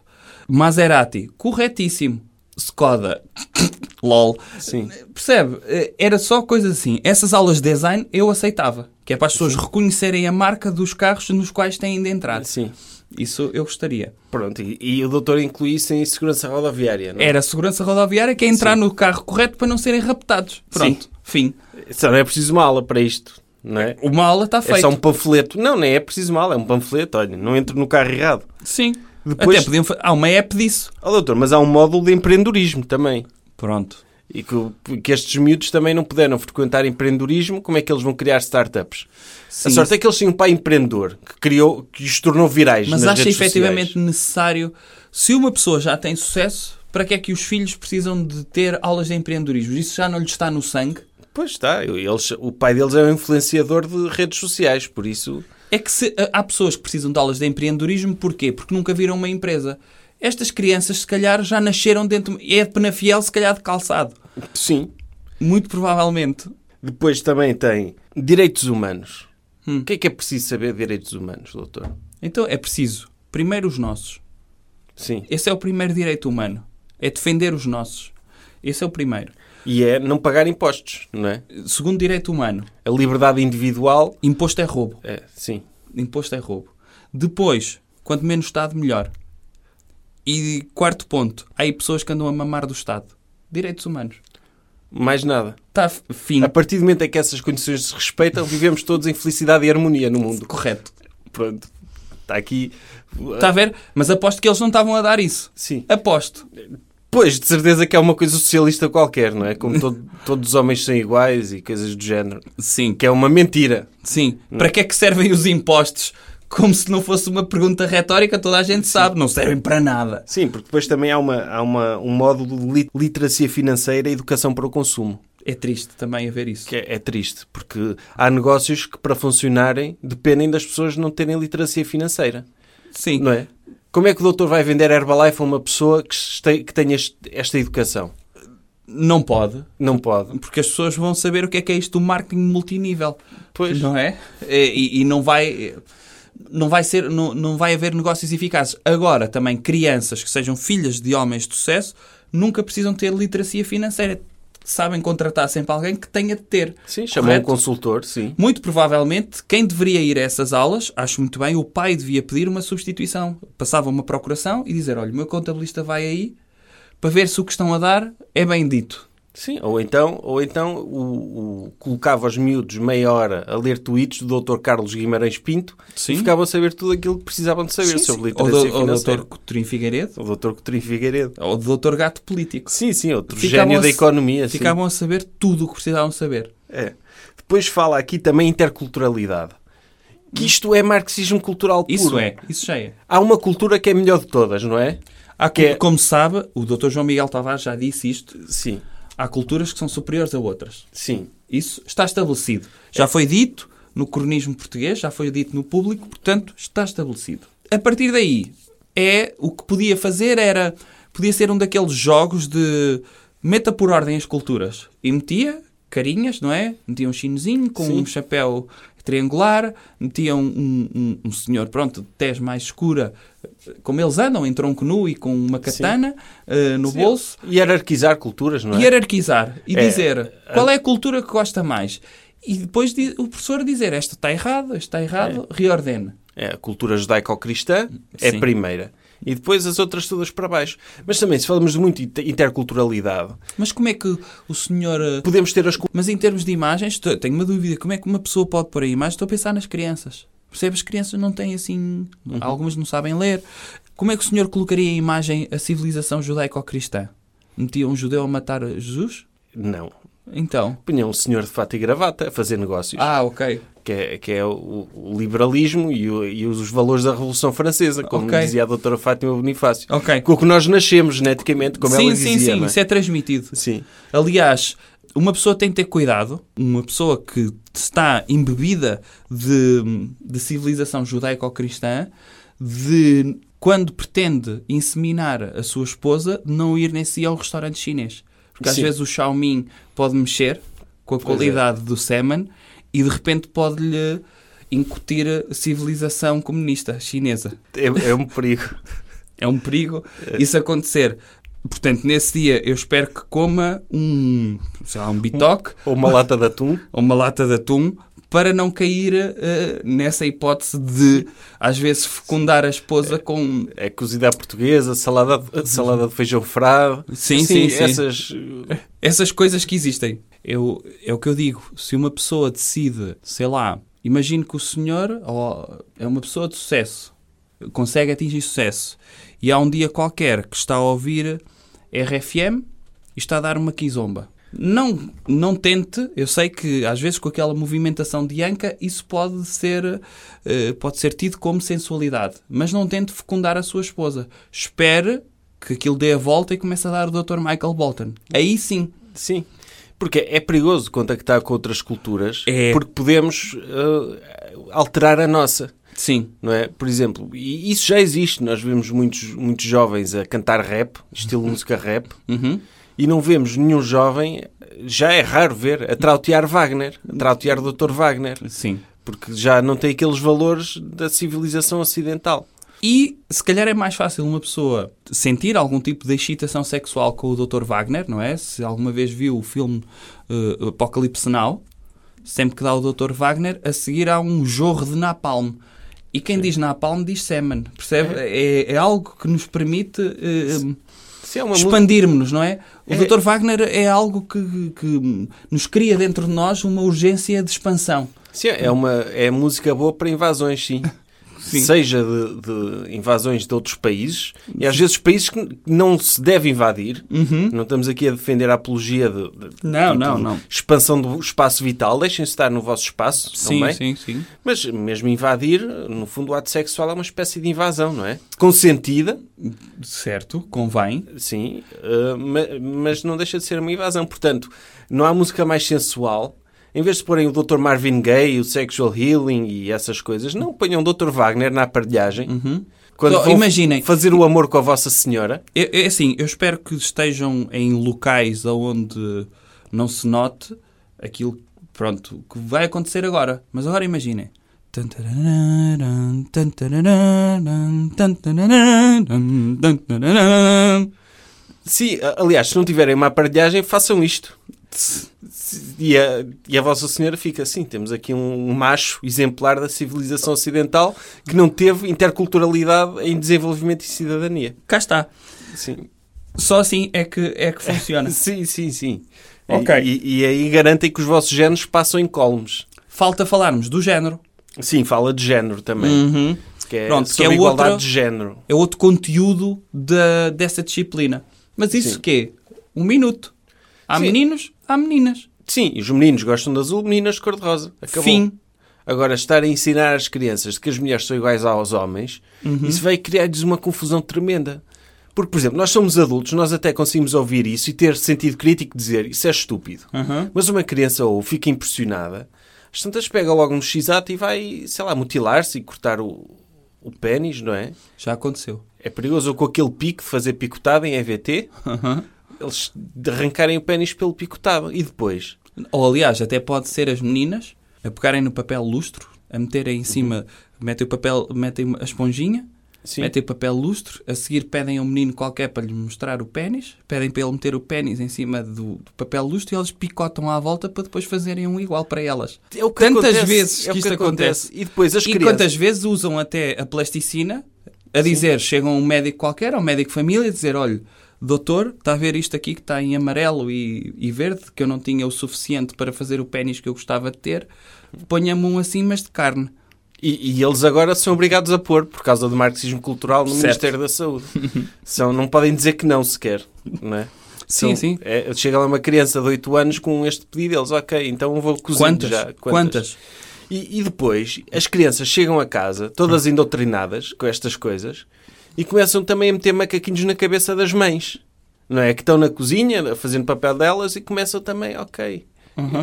S3: Maserati, corretíssimo. Skoda, lol.
S2: Sim.
S3: Percebe? Eh, Era só coisas assim. Essas aulas de design eu aceitava. Que é para as pessoas reconhecerem a marca dos carros nos quais têm de entrar.
S2: Sim.
S3: Isso eu gostaria.
S2: Pronto, e, e o doutor inclui isso em segurança rodoviária, não é?
S3: Era a segurança rodoviária que é entrar no carro correto para não serem raptados. Pronto, fim.
S2: Só não é preciso uma aula para isto, não é?
S3: Uma aula está
S2: É
S3: feita.
S2: só um panfleto. Não, nem é preciso uma aula, é um panfleto. Olha, não entro no carro errado.
S3: Sim.
S2: Depois-
S3: Até podiam fa- Há uma app disso.
S2: Ó doutor, mas há um módulo de empreendedorismo também.
S3: Pronto.
S2: E que, o- que estes miúdos também não puderam frequentar empreendedorismo, como é que eles vão criar startups?
S3: Sim.
S2: A sorte é que eles têm um pai empreendedor que criou, que os tornou virais.
S3: Mas
S2: nas
S3: acha
S2: redes sociais.
S3: efetivamente necessário, se uma pessoa já tem sucesso, para que é que os filhos precisam de ter aulas de empreendedorismo? Isso já não lhes está no sangue?
S2: Pois está, eles, o pai deles é um influenciador de redes sociais, por isso.
S3: É que se, há pessoas que precisam de aulas de empreendedorismo, porquê? Porque nunca viram uma empresa. Estas crianças, se calhar, já nasceram dentro. É de penafiel, se calhar, de calçado.
S2: Sim.
S3: Muito provavelmente.
S2: Depois também tem direitos humanos.
S3: Hum.
S2: O que é que é preciso saber de direitos humanos, doutor?
S3: Então é preciso, primeiro os nossos.
S2: Sim.
S3: Esse é o primeiro direito humano. É defender os nossos. Esse é o primeiro.
S2: E é não pagar impostos, não é?
S3: Segundo direito humano,
S2: A liberdade individual.
S3: imposto é roubo.
S2: É, sim.
S3: Imposto é roubo. Depois, quanto menos Estado, melhor. E quarto ponto, há aí pessoas que andam a mamar do Estado. Direitos humanos.
S2: Mais nada.
S3: Está f- fim.
S2: A partir do momento em que essas condições se respeitam, vivemos todos em felicidade e harmonia no mundo.
S3: é Correto.
S2: Pronto. Está aqui. uh,
S3: Está a ver? Mas aposto que eles não estavam a dar isso.
S2: Sim.
S3: Aposto.
S2: Pois, de certeza que é uma coisa socialista qualquer, não é? Como todo- todos os homens são iguais e coisas do género.
S3: Sim.
S2: Que é uma mentira.
S3: Sim. Para que é que servem os impostos? Como se não fosse uma pergunta retórica, toda a gente sabe. Não servem para nada.
S2: Sim, porque depois também há, uma, há uma, um módulo de lit- literacia financeira e educação para o consumo.
S3: É triste também haver isso.
S2: Que é, é triste, porque há negócios que para funcionarem dependem das pessoas não terem literacia financeira,
S3: Sim.
S2: não é? Como é que o doutor vai vender Herbalife a uma pessoa que, este- que tenha este- esta educação?
S3: Não pode,
S2: Não pode.
S3: porque as pessoas vão saber o que é que é isto do marketing multinível.
S2: Pois.
S3: Não é? E, e não vai... Não vai, ser, não, não vai haver negócios eficazes. Agora, também, crianças que sejam filhas de homens de sucesso nunca precisam ter literacia financeira. Sabem contratar sempre alguém que tenha de ter.
S2: Sim, chamou um
S3: Correto.
S2: consultor, sim.
S3: Muito provavelmente, quem deveria ir a essas aulas, acho muito bem, o pai devia pedir uma substituição. Passava uma procuração e dizer, olha, o meu contabilista vai aí para ver se o que estão a dar é bem dito.
S2: Sim, ou então, ou então o, o- colocava os miúdos meia hora a ler tweets do Dr. Carlos Guimarães Pinto
S3: Sim.
S2: e ficavam a saber tudo aquilo que precisavam de saber sobre
S3: Ou
S2: literacia
S3: do, ou
S2: financeira.
S3: doutor Coutinho Figueiredo,
S2: O doutor Coutinho Figueiredo.
S3: ou do doutor Gato Político.
S2: Sim, sim, outro
S3: Ficavam
S2: gênio
S3: a
S2: da
S3: se-
S2: economia. sim.
S3: Ficavam a saber tudo o que precisavam saber.
S2: É. Depois fala aqui também interculturalidade. Que isto é marxismo cultural puro.
S3: Isso é, isso já é.
S2: Há uma cultura que é melhor de todas, não é?
S3: Há,
S2: Que é-
S3: cul- Como se sabe, o doutor João Miguel Tavares já disse isto,
S2: Sim,
S3: há culturas que são superiores a outras.
S2: sim.
S3: Isso está estabelecido. Já foi dito no cronismo português, já foi dito no público, portanto, está estabelecido. A partir daí, é o que podia fazer era podia ser um daqueles jogos de meta por ordem as culturas. E metia carinhas, não é? Metia um chinozinho com um chapéu triangular, metia um, um- um- um senhor, pronto, de tez mais escura, como eles andam, em tronco nu e com uma katana eh, no bolso
S2: Hierarquizar culturas, não é?
S3: hierarquizar e
S2: É.
S3: dizer qual é a cultura que gosta mais. E depois di- o professor dizer esta está errado, esta está errado, reordene.
S2: É, a cultura judaico-cristã é
S3: Sim.
S2: a primeira. E depois as outras todas para baixo. Mas também, se falamos de muito inter- interculturalidade,
S3: Mas como é que o senhor. eh,
S2: podemos ter as culturas.
S3: Mas em termos de imagens, estou- tenho uma dúvida: como é que uma pessoa pode pôr a imagem? Estou a pensar nas crianças. Percebes? As crianças não têm assim.
S2: Uhum.
S3: Algumas não sabem ler. Como é que o senhor colocaria em imagem a civilização judaico-cristã? Metia um judeu a matar Jesus?
S2: Não.
S3: Então.
S2: Punha um senhor de fato e gravata a fazer negócios,
S3: Ah, ok.
S2: que é, que é o, o liberalismo e, o- e os valores da Revolução Francesa, como
S3: Ok.
S2: dizia a doutora Fátima Bonifácio.
S3: Ok.
S2: Com o que nós nascemos geneticamente, como
S3: sim,
S2: ela
S3: sim,
S2: dizia.
S3: sim.
S2: não é?
S3: Isso é transmitido.
S2: Sim.
S3: Aliás, uma pessoa tem de ter cuidado, uma pessoa que está embebida de, de civilização judaico-cristã, de quando pretende inseminar a sua esposa, não ir nem si ao restaurante chinês. Porque às
S2: Sim.
S3: vezes o Xiaomi pode mexer com a qualidade do semen e de repente pode-lhe incutir a civilização comunista chinesa.
S2: É, é um perigo.
S3: É um perigo isso acontecer. Portanto, nesse dia eu espero que coma um, sei lá, um bitoque
S2: Ou uma lata de atum.
S3: ou uma lata de atum para não cair eh, nessa hipótese de, às vezes, fecundar a esposa com...
S2: É cozida à portuguesa, salada, de- salada de feijão frado. Assim,
S3: Sim, sim, sim.
S2: Essas... eh,
S3: Essas coisas que existem. Eu, é o que eu digo. Se uma pessoa decide, sei lá, imagino que o senhor ó, é uma pessoa de sucesso, consegue atingir sucesso, e há um dia qualquer que está a ouvir RFM e está a dar uma quizomba. Não, não tente, eu sei que às vezes com aquela movimentação de anca isso pode ser, eh, pode ser tido como sensualidade, mas não tente fecundar a sua esposa. Espere que aquilo dê a volta e comece a dar o Dr. Michael Bolton. Aí sim,
S2: Sim. Porque é perigoso contactar com outras culturas
S3: É.
S2: porque podemos eh, alterar a nossa.
S3: sim,
S2: Não é? Por exemplo, e isso já existe. Nós vemos muitos, muitos jovens a cantar rap, estilo música rap,
S3: Uhum.
S2: e não vemos nenhum jovem, já é raro ver, a trautear Wagner, a trautear Dr. Wagner,
S3: Sim.
S2: porque já não tem aqueles valores da civilização ocidental.
S3: E se calhar é mais fácil uma pessoa sentir algum tipo de excitação sexual com o Dr. Wagner, não é? Se alguma vez viu o filme eh, Apocalipse Now, sempre que dá o Dr. Wagner, a seguir há um jorro de napalm. E quem diz napalm diz semen, percebe? É, é algo que nos permite eh,
S2: Se é uma música-
S3: expandirmos-nos, não é? O Dr. Wagner é algo que, que nos cria dentro de nós uma urgência de expansão.
S2: Sim, é uma é música boa para invasões, sim.
S3: Sim.
S2: Seja de, de invasões de outros países, e às vezes países que não se deve invadir. Não estamos aqui a defender a apologia de, de-
S3: Uhum. Não,
S2: de-
S3: não,
S2: de
S3: não.
S2: expansão do espaço vital. Deixem-se estar no vosso espaço também.
S3: sim, sim.
S2: Mas mesmo invadir, no fundo, o ato sexual é uma espécie de invasão, não é? Consentida,
S3: Certo, convém.
S2: sim, eh, ma- mas não deixa de ser uma invasão. Portanto, não há música mais sensual. Em vez de porem o Dr. Marvin Gaye, o Sexual Healing e essas coisas, não ponham o Dr. Wagner na aparelhagem. Quando
S3: Então,
S2: vão
S3: imaginem.
S2: fazer o amor com a Vossa Senhora.
S3: É, é assim, eu espero que estejam em locais onde não se note aquilo pronto, que vai acontecer agora. Mas agora imaginem. Tantarararam, tantarararam, tantarararam, tantarararam.
S2: Se, a- aliás, se não tiverem uma aparelhagem, façam isto. Se- E a, e a Vossa Senhora fica assim. Temos aqui um macho exemplar da civilização ocidental que não teve interculturalidade em desenvolvimento e cidadania.
S3: Cá está.
S2: Sim.
S3: Só assim é que, é que funciona.
S2: Sim, sim, sim.
S3: Ok.
S2: E, e aí garantem que os vossos géneros passam em colmos.
S3: Falta falarmos do género.
S2: Sim, fala de género também.
S3: Uhum.
S2: Que é
S3: Pronto,
S2: Pronto,
S3: que
S2: sobre
S3: é outra-
S2: igualdade de género.
S3: É outro conteúdo da dessa disciplina. Mas isso
S2: Sim.
S3: o quê? Um minuto. Há
S2: Sim.
S3: meninos, há meninas.
S2: Sim, e os meninos gostam de azul, meninas de cor-de-rosa. Acabou.
S3: Fim.
S2: Agora, estar a ensinar às crianças de que as mulheres são iguais aos homens, isso vai criar-lhes uma confusão tremenda. Porque, por exemplo, nós somos adultos, nós até conseguimos ouvir isso e ter sentido crítico de dizer isso é estúpido.
S3: Uhum.
S2: Mas uma criança ou fica impressionada, às tantas pega logo um x-ato e vai, sei lá, mutilar-se e cortar o, o pênis, não é?
S3: Já aconteceu.
S2: É perigoso. Ou com aquele pico, fazer picotada em EVT,
S3: Aham.
S2: eles de arrancarem o pênis pelo picotado. E depois?
S3: Ou aliás, até pode ser as meninas a pegarem no papel lustro, a meterem em cima, metem o papel, metem a esponjinha,
S2: Sim.
S3: metem o papel lustro, a seguir pedem a um menino qualquer para lhe mostrar o pénis, pedem para ele meter o pénis em cima do, do papel lustro e eles picotam à volta para depois fazerem um igual para elas.
S2: É o que
S3: Tantas
S2: acontece,
S3: vezes que
S2: é o
S3: isto acontece.
S2: E depois as
S3: e
S2: crianças.
S3: quantas vezes usam até a plasticina a dizer, chegam a um médico qualquer, a um médico de família, a dizer, olha, doutor, está a ver isto aqui que está em amarelo e, e verde, que eu não tinha o suficiente para fazer o pénis que eu gostava de ter, ponha-me um assim, mas de carne.
S2: E, e eles agora são obrigados a pôr, por causa do marxismo cultural, no
S3: Certo.
S2: Ministério da Saúde. são, não podem dizer que não sequer, não é?
S3: Sim,
S2: São-
S3: sim.
S2: é, chega lá uma criança de 8 anos com este pedido, eles, ok, então vou cozinhar
S3: Quantas?
S2: já.
S3: Quantas?
S2: E, e depois, as crianças chegam a casa, todas indoutrinadas com estas coisas, e começam também a meter macaquinhos na cabeça das mães, não é? Que estão na cozinha, fazendo papel delas, e começam também, ok...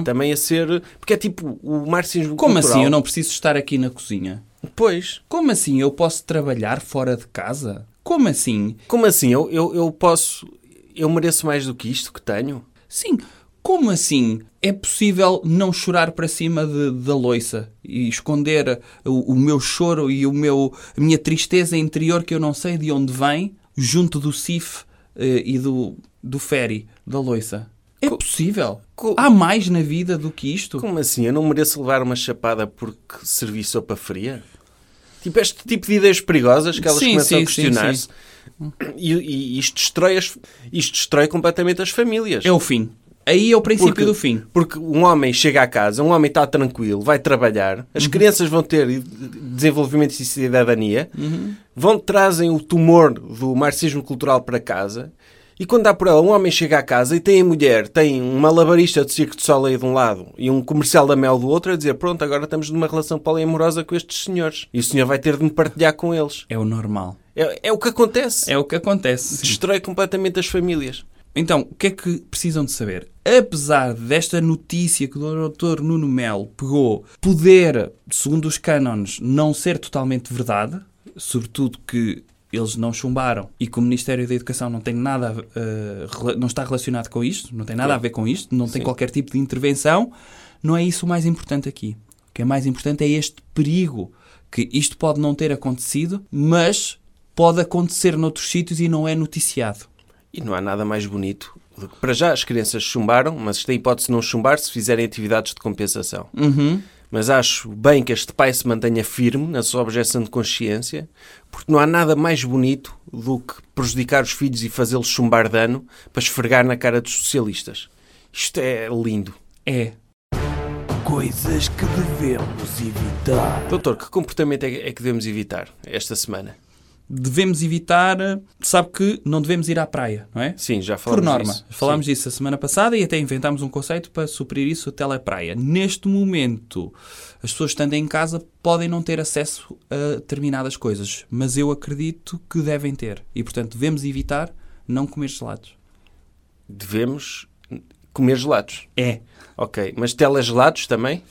S2: Também a ser. Porque é tipo o marxismo
S3: Uhum. Como
S2: cultural.
S3: assim eu não preciso estar aqui na cozinha?
S2: Pois.
S3: Como assim eu posso trabalhar fora de casa? Como assim?
S2: Como assim? Eu, eu, eu posso. Eu mereço mais do que isto que tenho?
S3: Sim, como assim? É possível não chorar para cima de- da loiça e esconder o, o meu choro e o meu, a minha tristeza interior que eu não sei de onde vem, junto do CIF eh, e do, do ferry, da loiça? É possível?
S2: co-
S3: Há mais na vida do que isto?
S2: Como assim? Eu não mereço levar uma chapada porque servi sopa fria? Tipo, este tipo de ideias perigosas que elas
S3: Sim,
S2: começam
S3: sim,
S2: a questionar-se. E, e isto, destrói as, isto destrói completamente as famílias.
S3: É o fim. Aí é o princípio do fim.
S2: Porque um homem chega à casa, um homem está tranquilo, vai trabalhar,
S3: Uhum.
S2: as crianças vão ter i- desenvolvimento e cidadania,
S3: Uhum.
S2: vão trazem o tumor do marxismo cultural para casa. E quando dá por ela, um homem chega à casa e tem a mulher, tem um malabarista de Circo de Soleil de um lado e um comercial da mel do outro, a dizer: Pronto, agora estamos numa relação poliamorosa com estes senhores. E o senhor vai ter de me partilhar com eles.
S3: É o normal.
S2: É, é o que acontece.
S3: É o que acontece.
S2: Destrói completamente as famílias.
S3: Então, o que é que precisam de saber? Apesar desta notícia que o Dr. Nuno Melo pegou, poder, segundo os cânones, não ser totalmente verdade, sobretudo que eles não chumbaram e que o Ministério da Educação não tem nada, a ver, eh, rela- não está relacionado com isto, não tem nada a ver com isto, não tem qualquer tipo de intervenção, não é isso o mais importante aqui. O que é mais importante é este perigo, que isto pode não ter acontecido, mas pode acontecer noutros sítios e não é noticiado.
S2: E não há nada mais bonito do que, para já, as crianças chumbaram, mas tem hipótese de não chumbar se fizerem atividades de compensação. Mas acho bem que este pai se mantenha firme na sua objeção de consciência, porque não há nada mais bonito do que prejudicar os filhos e fazê-los chumbar dano para esfregar na cara dos socialistas. Isto é lindo.
S3: É.
S1: Coisas que devemos evitar.
S2: Doutor, que comportamento é é que devemos evitar esta semana?
S3: Devemos evitar, sabe que não devemos ir à praia, não é?
S2: Sim, já
S3: Por
S2: falamos
S3: norma.
S2: disso.
S3: Falámos disso a semana passada e até inventámos um conceito para suprir isso, a telepraia. Neste momento, as pessoas estando em casa podem não ter acesso a determinadas coisas, mas eu acredito que devem ter. E, portanto, devemos evitar não comer gelados.
S2: Sim. Devemos comer gelados.
S3: É.
S2: Ok, mas telagelados também?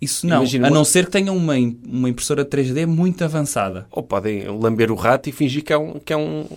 S3: Isso não,
S2: Imagina
S3: a
S2: uma-
S3: não ser que tenham uma, im- uma impressora 3D muito avançada.
S2: Ou podem lamber o rato e fingir que é um, que é um,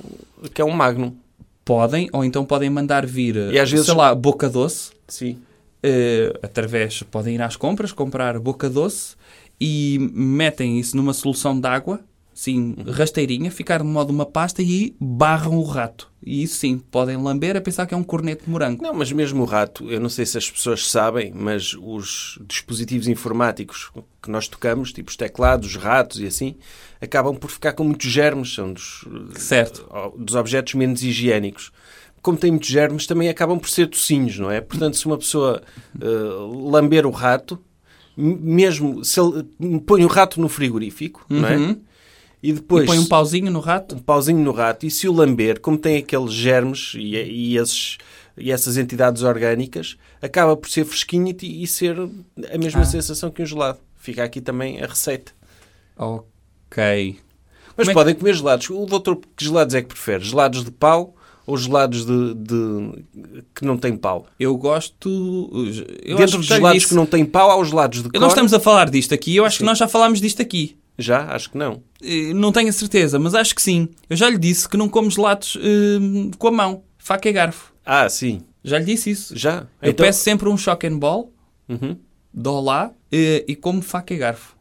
S2: que é um magnum.
S3: Podem, ou então podem mandar vir, eh,
S2: E às vezes-
S3: sei lá, boca doce,
S2: Sim.
S3: eh, através, podem ir às compras, comprar boca doce e metem isso numa solução de água, assim,
S2: Uhum.
S3: rasteirinha, ficar de modo uma pasta e barram o rato. E isso sim, podem lamber a pensar que é um corneto de morango.
S2: Não, mas mesmo o rato, eu não sei se as pessoas sabem, mas os dispositivos informáticos que nós tocamos, tipo os teclados, os ratos e assim, acabam por ficar com muitos germes, são dos,
S3: Certo.
S2: dos objetos menos higiênicos. Como tem muitos germes, também acabam por ser tocinhos, não é? Portanto, se uma pessoa eh, lamber o rato, m- mesmo se ele põe o rato no frigorífico, não é? E depois
S3: Uhum. E põe um pauzinho no rato.
S2: um pauzinho no rato e se o lamber, como tem aqueles germes e, e esses- e essas entidades orgânicas, acaba por ser fresquinho e ti- e, ser a mesma
S3: Ah.
S2: sensação que um gelado. Fica aqui também a receita.
S3: Ok.
S2: Mas
S3: Como é que-
S2: podem comer gelados. O doutor, que gelados é que prefere? Gelados de pau ou gelados de, de- que não tem pau?
S3: Eu gosto. Eu acho
S2: Dentro dos
S3: já lhe
S2: gelados
S3: disse-
S2: que não tem pau, há os gelados de cor.
S3: Nós estamos a falar disto aqui, eu acho que nós já falámos disto aqui.
S2: Já? Acho que não.
S3: Eh, Não tenho a certeza, mas acho que sim. Eu já lhe disse que não como gelados eh, com a mão, faca e garfo.
S2: Ah, sim.
S3: Já lhe disse isso.
S2: Já?
S3: Eu
S2: Então-
S3: peço sempre um shock and ball,
S2: Uhum.
S3: dou lá eh, e como faca e garfo.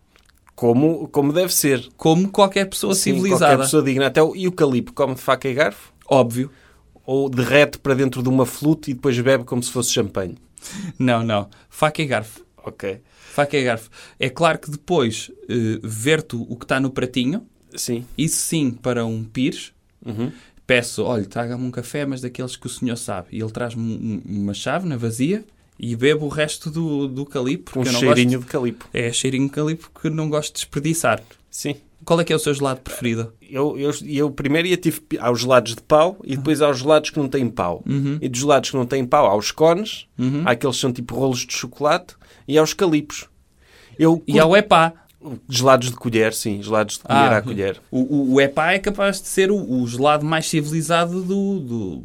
S2: Como, como deve ser.
S3: Como qualquer pessoa
S2: Sim,
S3: civilizada.
S2: Qualquer pessoa digna. Até o eucalipto come de faca e garfo?
S3: Óbvio.
S2: ou derrete para dentro de uma flute e depois bebe como se fosse champanhe.
S3: Não, não. Faca e garfo.
S2: Ok.
S3: Faca e garfo. É claro que depois eh, verto o que está no pratinho,
S2: Sim.
S3: isso sim para um pires.
S2: Uhum.
S3: Peço, olha, traga-me um café, mas daqueles que o senhor sabe. E ele traz-me um- uma chávena vazia e bebo o resto do, do calipo.
S2: Com um
S3: porque eu não
S2: cheirinho
S3: Gosto...
S2: de calipo.
S3: É, cheirinho de calipo que não gosto de desperdiçar.
S2: Sim.
S3: Qual é que é o seu gelado preferido?
S2: Eu, eu, eu primeiro ia tive aos gelados de pau e depois aos gelados que não têm pau.
S3: Uhum.
S2: E dos gelados que não têm pau, há os cones, há aqueles que são tipo rolos de chocolate e aos calipos. Eu
S3: E ao Ah, uhum. epá.
S2: curto gelados de colher, sim, gelados de colher à colher.
S3: O, o, o EPA é capaz de ser o, o gelado mais civilizado do, do-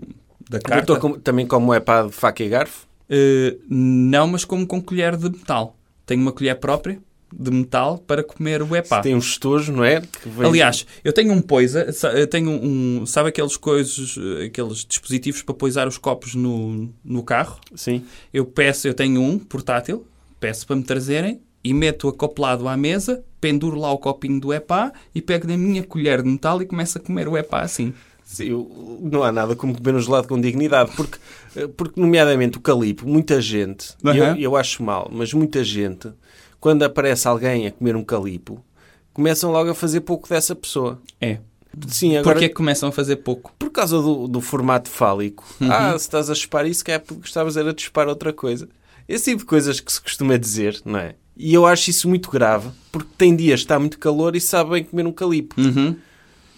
S3: da
S2: O
S3: carta.
S2: doutor com- também como é pá de faca e garfo?
S3: Eh, não, mas como com colher de metal. Tenho uma colher própria de metal para comer o EPA.
S2: Tem um estojo, não é? Que vem-
S3: Aliás, eu tenho um poisa, sa- eu tenho um, sabe aqueles coisas, eh, aqueles dispositivos para poisar os copos no, no carro?
S2: Sim.
S3: Eu peço, eu tenho um portátil, peço para me trazerem e meto acoplado à mesa, penduro lá o copinho do EPA e pego da minha colher de metal e começo a comer o EPA assim.
S2: Sim, eu- não há nada como comer um gelado com dignidade, porque, eh, porque nomeadamente o calipo, muita gente, e eu,
S3: Aham.
S2: eu acho mal, mas muita gente, quando aparece alguém a comer um calipo, começam logo a fazer pouco dessa pessoa.
S3: É.
S2: Sim, agora,
S3: Porque é que começam a fazer pouco?
S2: por causa do, do formato fálico.
S3: Uhum.
S2: Ah, se estás a chupar isso, que é porque gostavas era de chupar outra coisa. Esse tipo de coisas que se costuma dizer, não é? E eu acho isso muito grave, porque tem dias que está muito calor e sabe bem comer um calipo.
S3: Uhum.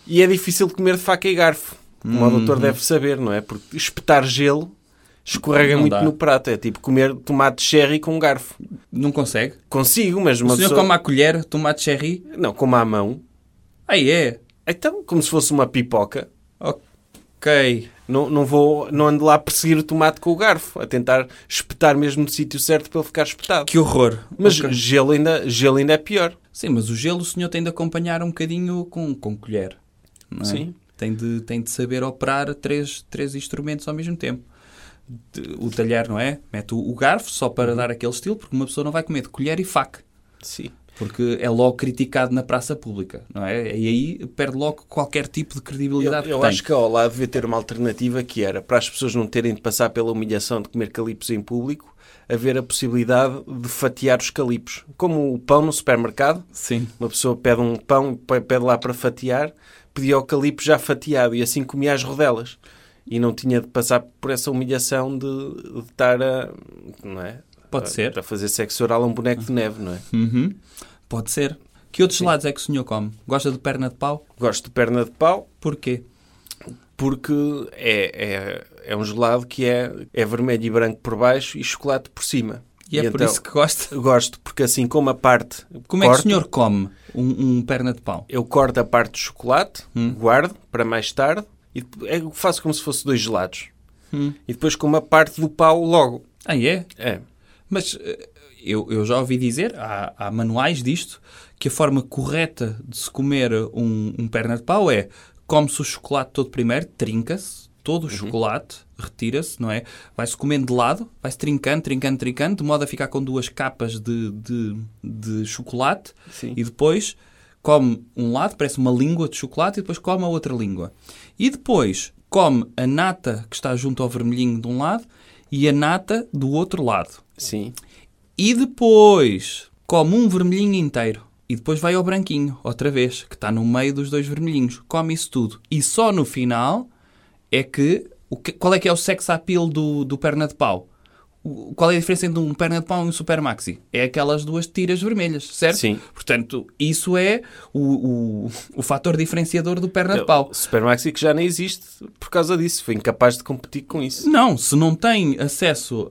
S2: E é difícil de comer de faca e garfo. Como o doutor
S3: Uhum.
S2: deve saber, não é? Porque espetar gelo escorrega
S3: Não
S2: muito
S3: dá.
S2: no prato. É tipo comer tomate cherry com um garfo.
S3: Não consegue?
S2: Consigo, mas uma
S3: o senhor
S2: pessoa...
S3: come à colher, tomate cherry?
S2: Não, como à mão.
S3: Aí é. Oh,
S2: Então, como se fosse uma pipoca.
S3: Ok.
S2: Não, não vou, não ando lá a perseguir o tomate com o garfo, a tentar espetar mesmo no sítio certo para ele ficar espetado.
S3: Que horror.
S2: Mas
S3: Ok.
S2: gelo, ainda, gelo ainda é pior.
S3: Sim, mas o gelo o senhor tem de acompanhar um bocadinho com, com colher. não é?
S2: Sim.
S3: Tem de, tem de saber operar três, três instrumentos ao mesmo tempo. De- o talher, não é? Mete o, o garfo só
S2: Uhum.
S3: para dar aquele estilo, porque uma pessoa não vai comer de colher e faca.
S2: Sim.
S3: Porque é logo criticado na praça pública, não é? E aí perde logo qualquer tipo de
S2: Eu,
S3: credibilidade
S2: eu
S3: que tem.
S2: acho que a Olá devia ter uma alternativa que era para as pessoas não terem de passar pela humilhação de comer calipos em público, haver a possibilidade de fatiar os calipos. Como o pão no supermercado,
S3: Sim.
S2: uma pessoa pede um pão, pe- pede lá para fatiar, pedia o calipo já fatiado e assim comia as rodelas. E não tinha de passar por essa humilhação de, de estar a. Não é?
S3: Pode
S2: a,
S3: ser.
S2: A fazer sexo oral a um boneco de neve, não é?
S3: Uhum. Pode ser. Que outros lados é que o senhor come? Gosta de perna de pau?
S2: Gosto de perna de pau,
S3: Porquê?
S2: porque é, é, é um gelado que é, é vermelho e branco por baixo e chocolate por cima.
S3: E é por
S2: então,
S3: isso que gosta.
S2: Gosto, porque assim como a parte.
S3: Como é que
S2: corto,
S3: o senhor come um, um perna de pau?
S2: Eu corto a parte do chocolate,
S3: Hum.
S2: guardo para mais tarde e dep- é, faço como se fosse dois gelados.
S3: Hum.
S2: E depois como a parte do pau logo.
S3: Ah, é?
S2: É.
S3: Mas eh, eu, eu já ouvi dizer, há, há manuais disto, que a forma correta de se comer um, um perna de pau é come-se o chocolate todo primeiro, trinca-se todo o chocolate, retira-se, não é? Vai-se comendo de lado, vai-se trincando, trincando, trincando, de modo a ficar com duas capas de, de, de chocolate
S2: Sim.
S3: e depois come um lado, parece uma língua de chocolate, e depois come a outra língua. E depois come a nata que está junto ao vermelhinho de um lado e a nata do outro lado.
S2: Sim.
S3: E depois come um vermelhinho inteiro. E depois vai ao branquinho, outra vez, que está no meio dos dois vermelhinhos. Come isso tudo. E só no final é que. O que qual é que é o sex appeal do, do perna de pau? O- Qual é a diferença entre um perna de pau e um super maxi? É aquelas duas tiras vermelhas, certo?
S2: Sim.
S3: Portanto, isso é o, o, o fator diferenciador do perna de pau.
S2: Supermaxi que já nem existe por causa disso. Foi incapaz de competir com isso.
S3: Não, se não tem acesso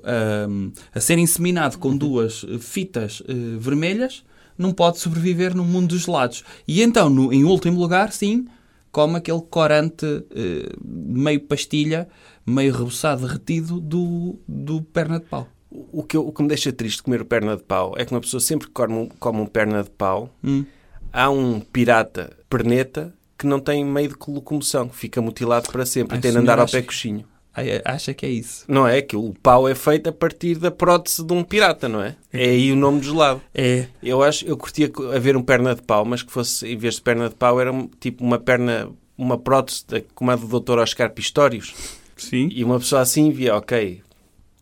S3: hum, a ser inseminado com duas eh, fitas eh, vermelhas, não pode sobreviver no mundo dos gelados. E então, no- em último lugar, sim, come aquele corante eh, meio pastilha, meio reboçado, retido do, do perna de pau.
S2: O que, eu- o que me deixa triste comer o perna de pau é que uma pessoa sempre que come, um- come um perna de pau,
S3: Hum.
S2: há um pirata perneta que não tem meio de locomoção, que fica mutilado para sempre,
S3: Ai,
S2: e tem de
S3: senhor,
S2: andar ao
S3: acho
S2: pé
S3: que-
S2: coxinho.
S3: Ai, Acha que é isso?
S2: Não é? Que o pau é feito a partir da prótese de um pirata, não é? É aí o nome do gelado.
S3: É.
S2: Eu acho, eu curtia co- haver um perna de pau, mas que fosse, em vez de perna de pau, era um- tipo uma perna, uma prótese da- como a do Dr. Oscar Pistórios.
S3: Sim.
S2: E uma pessoa assim via, ok,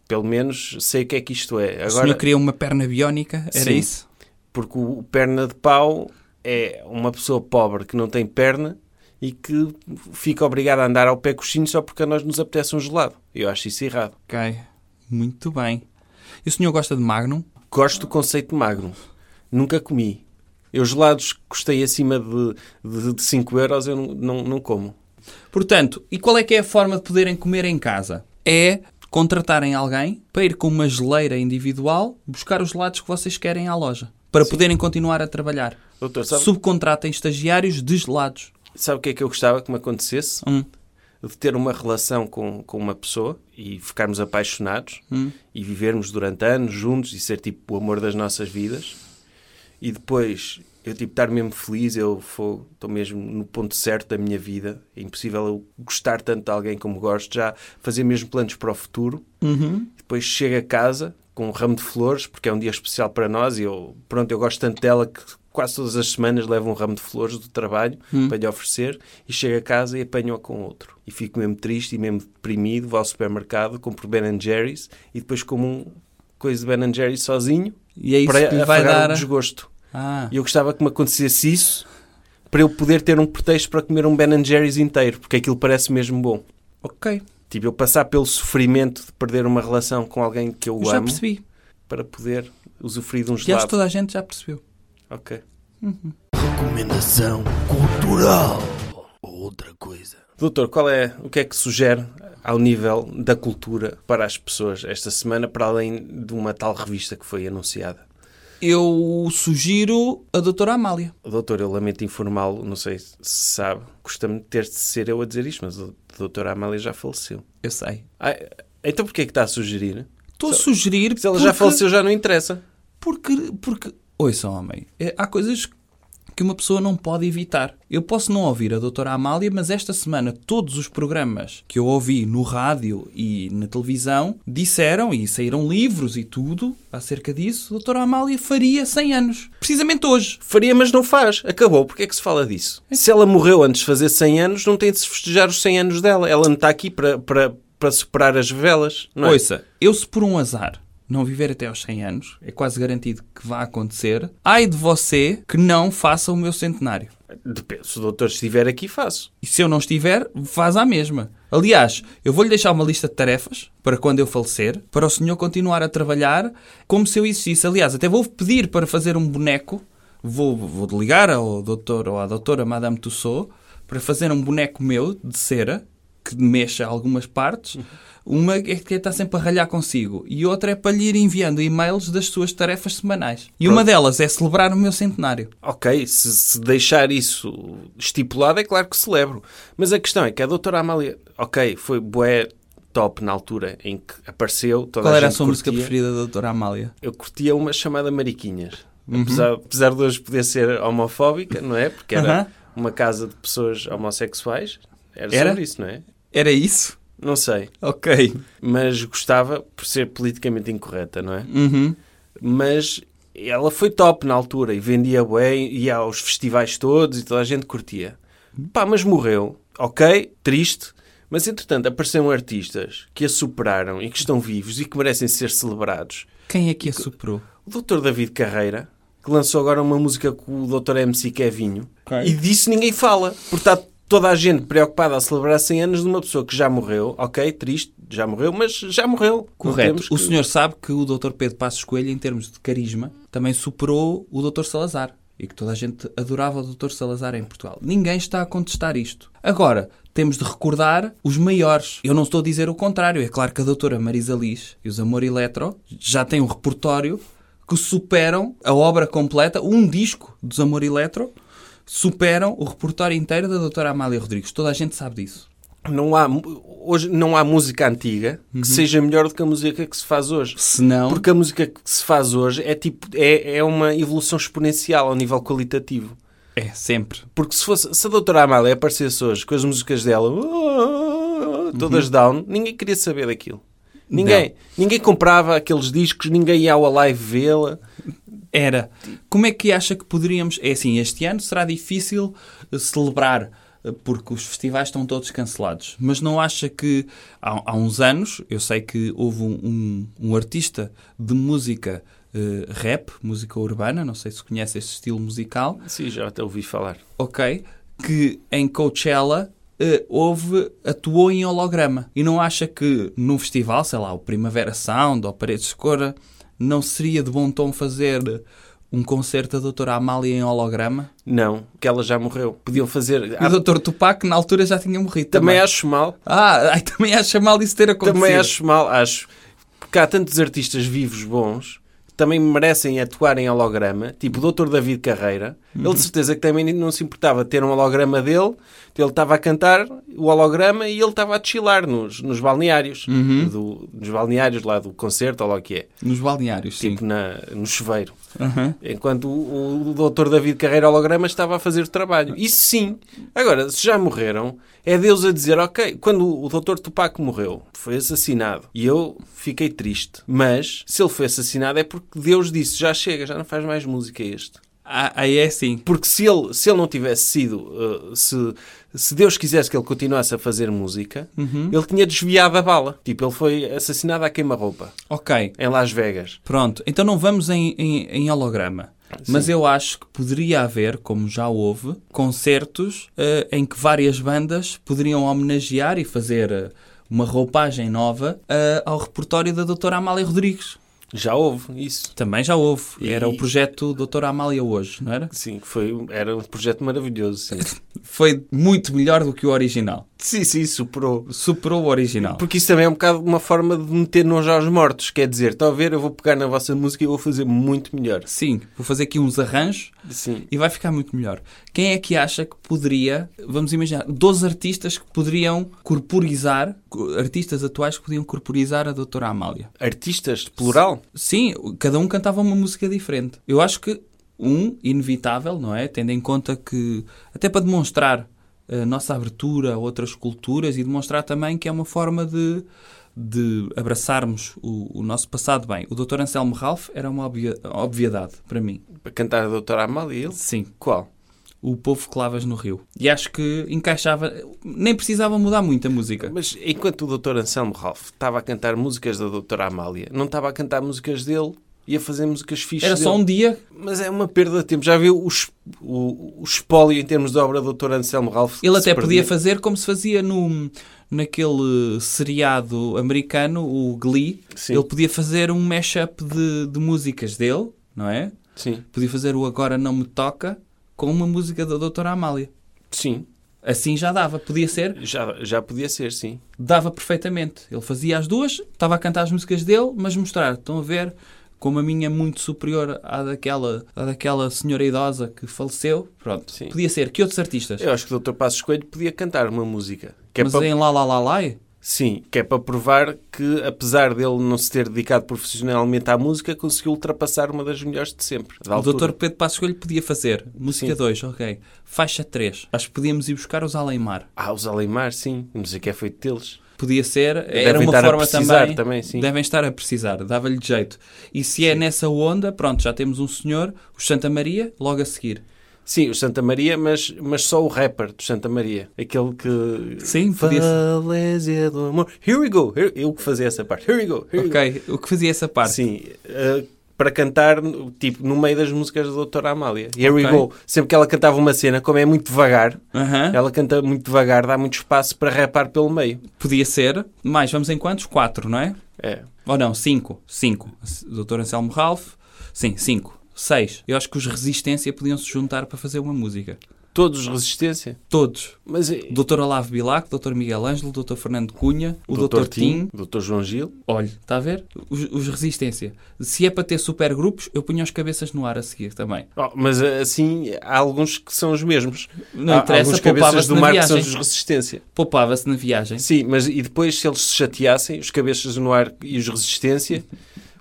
S2: pelo menos sei o que é que isto é.
S3: O senhor
S2: Agora,
S3: queria uma perna biónica? Era
S2: Sim.
S3: isso?
S2: porque o o perna de pau é uma pessoa pobre que não tem perna e que fica obrigada a andar ao pé coxinho só porque a nós nos apetece um gelado. Eu acho isso errado.
S3: Ok. Muito bem. E o senhor gosta de Magnum?
S2: Gosto do conceito de magro. Nunca comi. Eu gelados que custei acima de, de, de 5 euros, eu não, não, não como.
S3: Portanto, e qual é que é a forma de poderem comer em casa? É contratarem alguém para ir com uma geleira individual buscar os lados que vocês querem à loja. Para poderem continuar a trabalhar.
S2: Doutor, sabe,
S3: Subcontratem estagiários de gelados.
S2: sabe o que é que eu gostava que me acontecesse?
S3: Hum.
S2: De ter uma relação com, com uma pessoa e ficarmos apaixonados e vivermos durante anos juntos e ser tipo o amor das nossas vidas. E depois eu tipo estar mesmo feliz, eu fo- estou mesmo no ponto certo da minha vida. É impossível eu gostar tanto de alguém como gosto, já fazer mesmo planos para o futuro.
S3: Uhum.
S2: Depois chego a casa com um ramo de flores, porque é um dia especial para nós e eu, pronto, eu gosto tanto dela que quase todas as semanas levo um ramo de flores do trabalho
S3: Hum.
S2: para lhe oferecer e chego a casa e apanho-a com outro. E fico mesmo triste e mesmo deprimido, vou ao supermercado, compro Ben Jerry's e depois como um coisa de Ben Jerry's sozinho
S3: E é isso
S2: para um
S3: que lhe vai
S2: afagar
S3: dar.
S2: o
S3: a-
S2: desgosto.
S3: Ah,
S2: E eu gostava que me acontecesse isso para eu poder ter um pretexto para comer um Ben Jerry's inteiro, porque aquilo parece mesmo bom.
S3: ok.
S2: Tipo, eu passar pelo sofrimento de perder uma relação com alguém que eu
S3: Eu já
S2: amo
S3: percebi.
S2: para poder usufruir de um
S3: E acho que
S2: gelado.
S3: toda a gente já percebeu.
S2: Ok.
S1: Recomendação cultural. Ou outra coisa.
S2: Doutor, qual é, o que é que sugere ao nível da cultura para as pessoas esta semana, para além de uma tal revista que foi anunciada?
S3: Eu sugiro a doutora Amália.
S2: Doutor, eu lamento informá-lo, não sei se sabe, custa-me ter de ser eu a dizer isto, mas a doutora Amália já faleceu.
S3: Eu sei.
S2: Ah, então porquê é que está a sugerir?
S3: Estou a sugerir...
S2: Se ela já
S3: porque-
S2: faleceu, já não interessa.
S3: Porque, porque ouça, homem, é, há coisas que uma pessoa não pode evitar. Eu posso não ouvir a doutora Amália, mas esta semana todos os programas que eu ouvi no rádio e na televisão disseram, e saíram livros e tudo acerca disso, a doutora Amália faria 100 anos. Precisamente hoje.
S2: Faria, mas não faz. Acabou. Porquê é que se fala disso? Se ela morreu antes de fazer 100 anos, não tem de se festejar os 100 anos dela. Ela não está aqui para, para, para superar as velas. Não é?
S3: Ouça, eu se por um azar não viver até aos 100 anos, é quase garantido que vai acontecer, ai de você que não faça o meu centenário.
S2: Depende. Se o doutor estiver aqui, faço.
S3: E se eu não estiver, faz à mesma. Aliás, eu vou-lhe deixar uma lista de tarefas para quando eu falecer, para o senhor continuar a trabalhar como se eu existisse. Aliás, até vou pedir para fazer um boneco. Vou, vou ligar ao doutor ou à doutora Madame Tussaud para fazer um boneco meu de cera que mexa algumas partes. Uma é que está sempre a ralhar consigo e outra é para lhe ir enviando e-mails das suas tarefas semanais. E uma delas é celebrar o meu centenário.
S2: Ok, se, se deixar isso estipulado, é claro que celebro. Mas a questão é que a doutora Amália, ok, foi bué top na altura em que apareceu. Toda
S3: Qual
S2: a
S3: era a
S2: gente
S3: sua música
S2: curtia.
S3: preferida da doutora Amália?
S2: Eu curtia uma chamada Mariquinhas.
S3: Uhum.
S2: Apesar, apesar de hoje poder ser homofóbica, não é? Porque era
S3: Aham.
S2: uma casa de pessoas homossexuais. Era,
S3: Era?
S2: sobre isso, não é?
S3: Era isso?
S2: Não sei.
S3: Ok.
S2: Mas gostava por ser politicamente incorreta, não é? Mas ela foi top na altura e vendia bem, ia aos festivais todos e toda a gente curtia. Pá, mas morreu. Ok, triste. Mas entretanto apareceram artistas que a superaram e que estão vivos e que merecem ser celebrados.
S3: Quem é que a superou?
S2: O Dr. David Carreira, que lançou agora uma música com o Dr. MC Kevinho,
S3: Ok.
S2: e disso ninguém fala, porque está toda a gente preocupada a celebrar 100 anos de uma pessoa que já morreu, ok, triste, já morreu, mas já morreu. Não
S3: Correto.
S2: temos
S3: O
S2: que-
S3: senhor sabe que o Dr. Pedro Passos Coelho, em termos de carisma, também superou o Dr. Salazar. E que toda a gente adorava o Dr. Salazar em Portugal. Ninguém está a contestar isto. Agora, temos de recordar os maiores. Eu não estou a dizer o contrário. É claro que a doutora Marisa Liz e os Amor Eletro já têm um repertório que superam a obra completa, um disco dos Amor Eletro, superam o repertório inteiro da doutora Amália Rodrigues. Toda a gente sabe disso.
S2: Não há, mu- hoje não há música antiga que seja melhor do que a música que se faz hoje.
S3: Uhum. Se não...
S2: Porque a música que se faz hoje é, tipo, é, é uma evolução exponencial ao nível qualitativo.
S3: É, sempre.
S2: Porque se, fosse, se a Doutora Amália aparecesse hoje com as músicas dela, "Oh, todas down, ninguém queria saber daquilo. Ninguém. Ninguém comprava aqueles discos, ninguém ia ao live vê-la.
S3: Era. Como é que acha que poderíamos. É assim, este ano será difícil eh, celebrar eh, porque os festivais estão todos cancelados. Mas não acha que há, há uns anos, eu sei que houve um, um- um artista de música eh, rap, música urbana, não sei se conhece este estilo musical,
S2: Sim, já até ouvi falar.
S3: ok? Que em Coachella eh, houve, atuou em holograma. E não acha que num festival, sei lá, o Primavera Sound ou Paredes Escura, não seria de bom tom fazer um concerto da Doutora Amália em holograma?
S2: Não, que ela já morreu. Podiam fazer.
S3: E o Doutor Tupac, na altura, já tinha morrido também.
S2: Ah, Também acho mal.
S3: Ah, ai, também acha mal isso ter acontecido.
S2: Também acho mal, acho. Porque há tantos artistas vivos bons que também merecem atuar em holograma, tipo o Dr. David Carreira. Ele de certeza que também não se importava de ter um holograma dele. Ele estava a cantar o holograma e ele estava a chilar nos, nos balneários. Do, nos balneários lá do concerto, ou lá o que é.
S3: Nos balneários, sim.
S2: Tipo na, no chuveiro.
S3: Aham.
S2: Enquanto o, o Dr. David Carreira Holograma estava a fazer o trabalho. Isso sim. Agora, se já morreram, é Deus a dizer, ok, quando o Dr. Tupac morreu, foi assassinado. E eu fiquei triste. Mas, se ele foi assassinado, é porque Deus disse, já chega, já não faz mais música este.
S3: Ah, aí é sim.
S2: Porque se ele, se ele não tivesse sido, uh, se, se Deus quisesse que ele continuasse a fazer música, ele tinha desviado a bala. Tipo, ele foi assassinado à queima-roupa,
S3: Ok.
S2: em Las Vegas.
S3: Pronto, então não vamos em, em- em holograma. Mas eu acho que poderia haver, como já houve, concertos eh, em que várias bandas poderiam homenagear e fazer eh, uma roupagem nova eh, ao repertório da Doutora Amália Rodrigues.
S2: Já houve isso.
S3: Também já houve.
S2: E-
S3: Era o projeto Doutora Amália hoje, não era?
S2: Sim, foi, era um projeto maravilhoso. Sim.
S3: Foi muito melhor do que o original.
S2: Sim, sim, superou.
S3: Superou o original.
S2: Porque isso também é um bocado uma forma de meter nojo aos mortos. Quer dizer, estão a ver, eu vou pegar na vossa música e vou fazer muito melhor.
S3: Sim, vou fazer aqui uns arranjos
S2: Sim.
S3: e vai ficar muito melhor. Quem é que acha que poderia, vamos imaginar, 12 artistas que poderiam corporizar, co- artistas atuais que podiam corporizar a Doutora Amália?
S2: Artistas, plural?
S3: Sim, cada um cantava uma música diferente. Eu acho que Um, inevitável, não é? Tendo em conta que, até para demonstrar a nossa abertura a outras culturas e demonstrar também que é uma forma de, de abraçarmos o, o nosso passado bem. O Dr. Anselmo Ralph era uma obvia- obviedade para mim.
S2: Para cantar a Doutora Amália, ele?
S3: Sim,
S2: Qual?
S3: o povo Clavas no Rio. E acho que encaixava, nem precisava mudar muito a música.
S2: Mas enquanto o Dr. Anselmo Ralph estava a cantar músicas da Doutora Amália, não estava a cantar músicas dele e a fazer músicas fixas
S3: Era só
S2: dele.
S3: um dia.
S2: Mas é uma perda de tempo. Já viu o, es- o, o espólio em termos de obra do Dr. Anselmo Ralph?
S3: Ele
S2: que se
S3: até podia
S2: perdia?
S3: fazer como se fazia no, naquele seriado americano, o Glee.
S2: Sim.
S3: Ele podia fazer um mashup de, de músicas dele, não é?
S2: Sim,
S3: Podia fazer o Agora Não Me Toca com uma música da Doutora Amália.
S2: sim.
S3: Assim já dava, podia ser,
S2: Já, já podia ser, sim.
S3: dava perfeitamente. Ele fazia as duas, estava a cantar as músicas dele, mas mostrar, estão a ver como a minha é muito superior à daquela, à daquela senhora idosa que faleceu. Pronto,
S2: Sim.
S3: podia ser. Que outros artistas?
S2: Eu acho que o Dr. Passos Coelho podia cantar uma música. Que é
S3: mas
S2: para-
S3: em Lá Lá Lá Lá?
S2: Sim, que é para provar que, apesar dele não se ter dedicado profissionalmente à música, conseguiu ultrapassar uma das melhores de sempre. da
S3: O
S2: altura.
S3: Dr. Pedro Passos Coelho podia fazer. Música
S2: Sim.
S3: 2, ok. Faixa 3. Acho que podíamos ir buscar os Alemar.
S2: Ah, os Alemar, sim. Não sei o que é feito deles.
S3: Podia ser. era
S2: Devem
S3: uma
S2: estar a
S3: forma
S2: precisar
S3: também.
S2: também, sim.
S3: Devem estar a precisar. Dava-lhe jeito. E se é nessa onda, pronto, já temos um senhor, o Santa Maria, logo a seguir.
S2: Sim, o Santa Maria, mas, mas só o rapper do Santa Maria. Aquele que...
S3: Sim, podia ser.
S2: Falésia do amor. Here we go. Here- Eu que fazia essa parte. Here we go. Here we go.
S3: Ok, o que fazia essa parte?
S2: Sim. eh, para cantar, tipo, no meio das músicas da Doutora Amália. Here we
S3: Ok.
S2: go. Sempre que ela cantava uma cena, como é muito devagar,
S3: Aham.
S2: ela canta muito devagar, dá muito espaço para rapar pelo meio.
S3: Podia ser. Mais, vamos em quantos? 4, não é?
S2: É.
S3: Ou não, 5. 5. Dr. Anselmo Ralph. Sim, 5. 6. Eu acho que os Resistência podiam se juntar para fazer uma música.
S2: Todos resistência.
S3: Todos.
S2: Mas... eh,
S3: Dr. Olavo Bilac, Dr. Miguel Ângelo, Dr. Fernando Cunha, o Dr. Tim.
S2: Dr. João Gil.
S3: Olha, está a ver? Os, os resistência. Se é para ter supergrupos, eu punho as cabeças no ar a seguir também.
S2: Oh, mas eh, assim, há alguns que são os mesmos.
S3: Não
S2: há
S3: interessa,
S2: alguns cabeças
S3: poupava-se
S2: do
S3: na
S2: mar que são
S3: viagem.
S2: os resistência.
S3: Poupava-se na viagem.
S2: Sim, mas e depois, se eles se chateassem, os cabeças no ar e os resistência,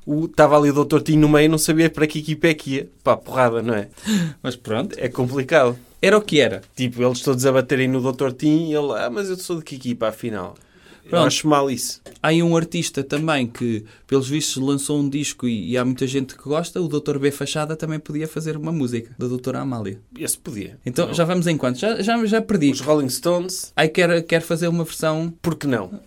S2: o, estava ali o Dr. Tim no meio e não sabia para que equipa é que ia. Pá, porrada, não é?
S3: Mas pronto,
S2: É complicado.
S3: era o que era.
S2: Tipo, eles todos a baterem no Dr. Tim e ele, ah, mas eu sou de que equipa, afinal? Eu
S3: Pronto.
S2: acho mal isso.
S3: Há aí um artista também que, pelos vistos, lançou um disco e, e há muita gente que gosta. O Dr. B Fachada também podia fazer uma música, da Doutora Amália.
S2: Esse podia.
S3: Então,
S2: Não.
S3: já vamos em quantos? Já, já, já perdi.
S2: Os Rolling Stones,
S3: Aí quero, quero fazer uma versão...
S2: por que não?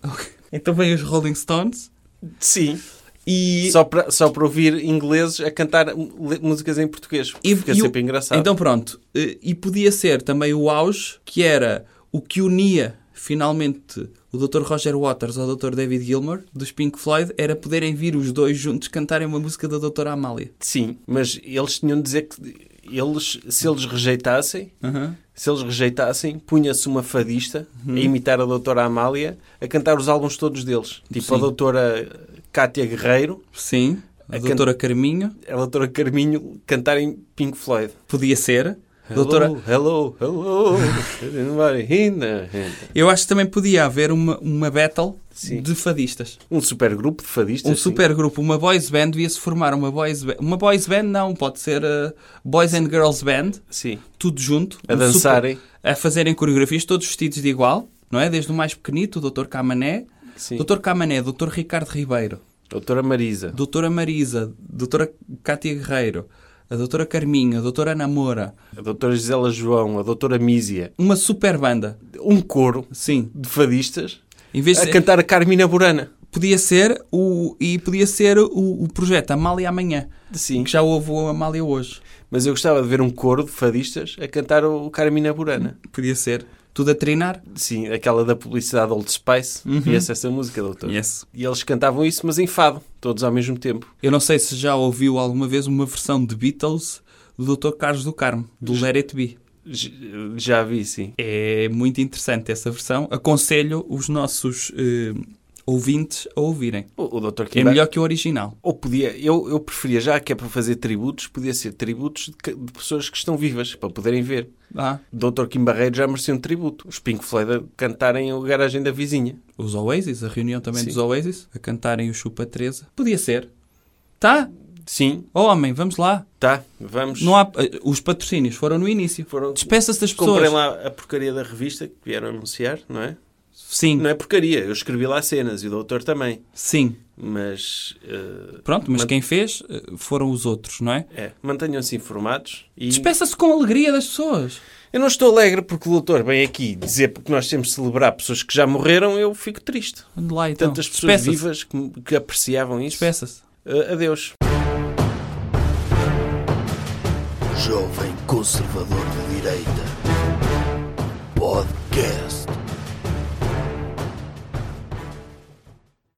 S3: Então vem os Rolling Stones
S2: Sim.
S3: e...
S2: Só para, só para ouvir ingleses a cantar um, le- músicas em português.
S3: E-
S2: Fica
S3: e o-
S2: sempre engraçado.
S3: Então pronto, eh, e podia ser também o auge, que era o que unia finalmente o Dr. Roger Waters ao Dr. David Gilmour dos Pink Floyd, era poderem vir os dois juntos cantarem uma música da Doutora Amália.
S2: Sim, mas eles tinham de dizer que eles, se eles rejeitassem, se eles rejeitassem, punha-se uma fadista
S3: Uhum.
S2: a imitar a doutora Amália a cantar os álbuns todos deles. Tipo a
S3: Sim.
S2: doutora Cátia Guerreiro,
S3: Sim, a,
S2: A can-
S3: Doutora Carminho,
S2: É a doutora Carminho cantarem Pink Floyd.
S3: podia ser.
S2: Hello,
S3: Doutora,
S2: hello, hello. there's nobody in the-
S3: eu acho que também podia haver uma, uma battle
S2: Sim.
S3: de fadistas.
S2: Um super grupo de fadistas.
S3: Um
S2: sim.
S3: super grupo, uma boys band, devia-se formar uma boys band. Uma boys band não, pode ser eh, boys and girls band,
S2: Sim.
S3: tudo junto.
S2: A
S3: um super-
S2: dançarem.
S3: a fazerem coreografias, todos vestidos de igual, não é? Desde o mais pequenito, o Dr. Camané,
S2: Sim.
S3: Dr. Camané, Dr. Ricardo Ribeiro,
S2: Doutora Marisa.
S3: Doutora Marisa, Doutora Cátia Guerreiro, a Doutora Carminha, a Doutora Ana Moura,
S2: a doutora Gisela João, a doutora Mísia,
S3: uma super banda.
S2: um coro
S3: Sim.
S2: de fadistas
S3: Em vez
S2: a
S3: de,
S2: cantar a Carmina Burana.
S3: podia ser o e podia ser o, o projeto Amália amanhã,
S2: Sim.
S3: que já houve o Amália hoje.
S2: Mas eu gostava de ver um coro de fadistas a cantar o Carmina Burana.
S3: Podia ser tudo a treinar.
S2: Sim, aquela da publicidade Old Spice. E essa, essa música, doutor.
S3: Yes.
S2: E eles cantavam isso, mas em fado, todos ao mesmo tempo.
S3: Eu não sei se já ouviu alguma vez uma versão de Beatles do Dr. Carlos do Carmo, do Let It Be.
S2: J- Já vi, sim.
S3: É muito interessante essa versão. Aconselho os nossos eh, ouvintes a ouvirem.
S2: O, o doutor
S3: É
S2: Quimba...
S3: melhor que o original.
S2: Ou podia, eu, eu preferia, já que é para fazer tributos, podia ser tributos de, ca- de pessoas que estão vivas, para poderem ver.
S3: Ah,
S2: Doutor Kim Barreiro já merecia um tributo. Os Pink Floyd a cantarem o garagem da vizinha.
S3: os Oasis, a reunião também
S2: Sim.
S3: dos Oasis, a cantarem o Chupa 13. Podia ser. Tá?
S2: Sim,
S3: Oh, homem, vamos lá.
S2: tá, vamos.
S3: Não há... eh, Os patrocínios foram no início.
S2: Foram-
S3: Despeça-se das pessoas.
S2: Comprei lá a porcaria da revista que vieram anunciar, não é?
S3: Sim,
S2: Não é porcaria, eu escrevi lá cenas e o doutor também.
S3: sim.
S2: Mas, eh,
S3: Pronto, mas
S2: Mas-
S3: quem fez eh, foram os outros, não é?
S2: é, mantenham-se informados. E
S3: Despeça-se com alegria das pessoas.
S2: eu não estou alegre porque o doutor vem aqui dizer que nós temos de celebrar pessoas que já morreram, eu fico triste.
S3: Ande lá então.
S2: Tantas pessoas
S3: Despeça-se.
S2: vivas que, que apreciavam isso.
S3: Despeça-se.
S2: Eh, adeus.
S1: Jovem Conservador de Direita. Podcast.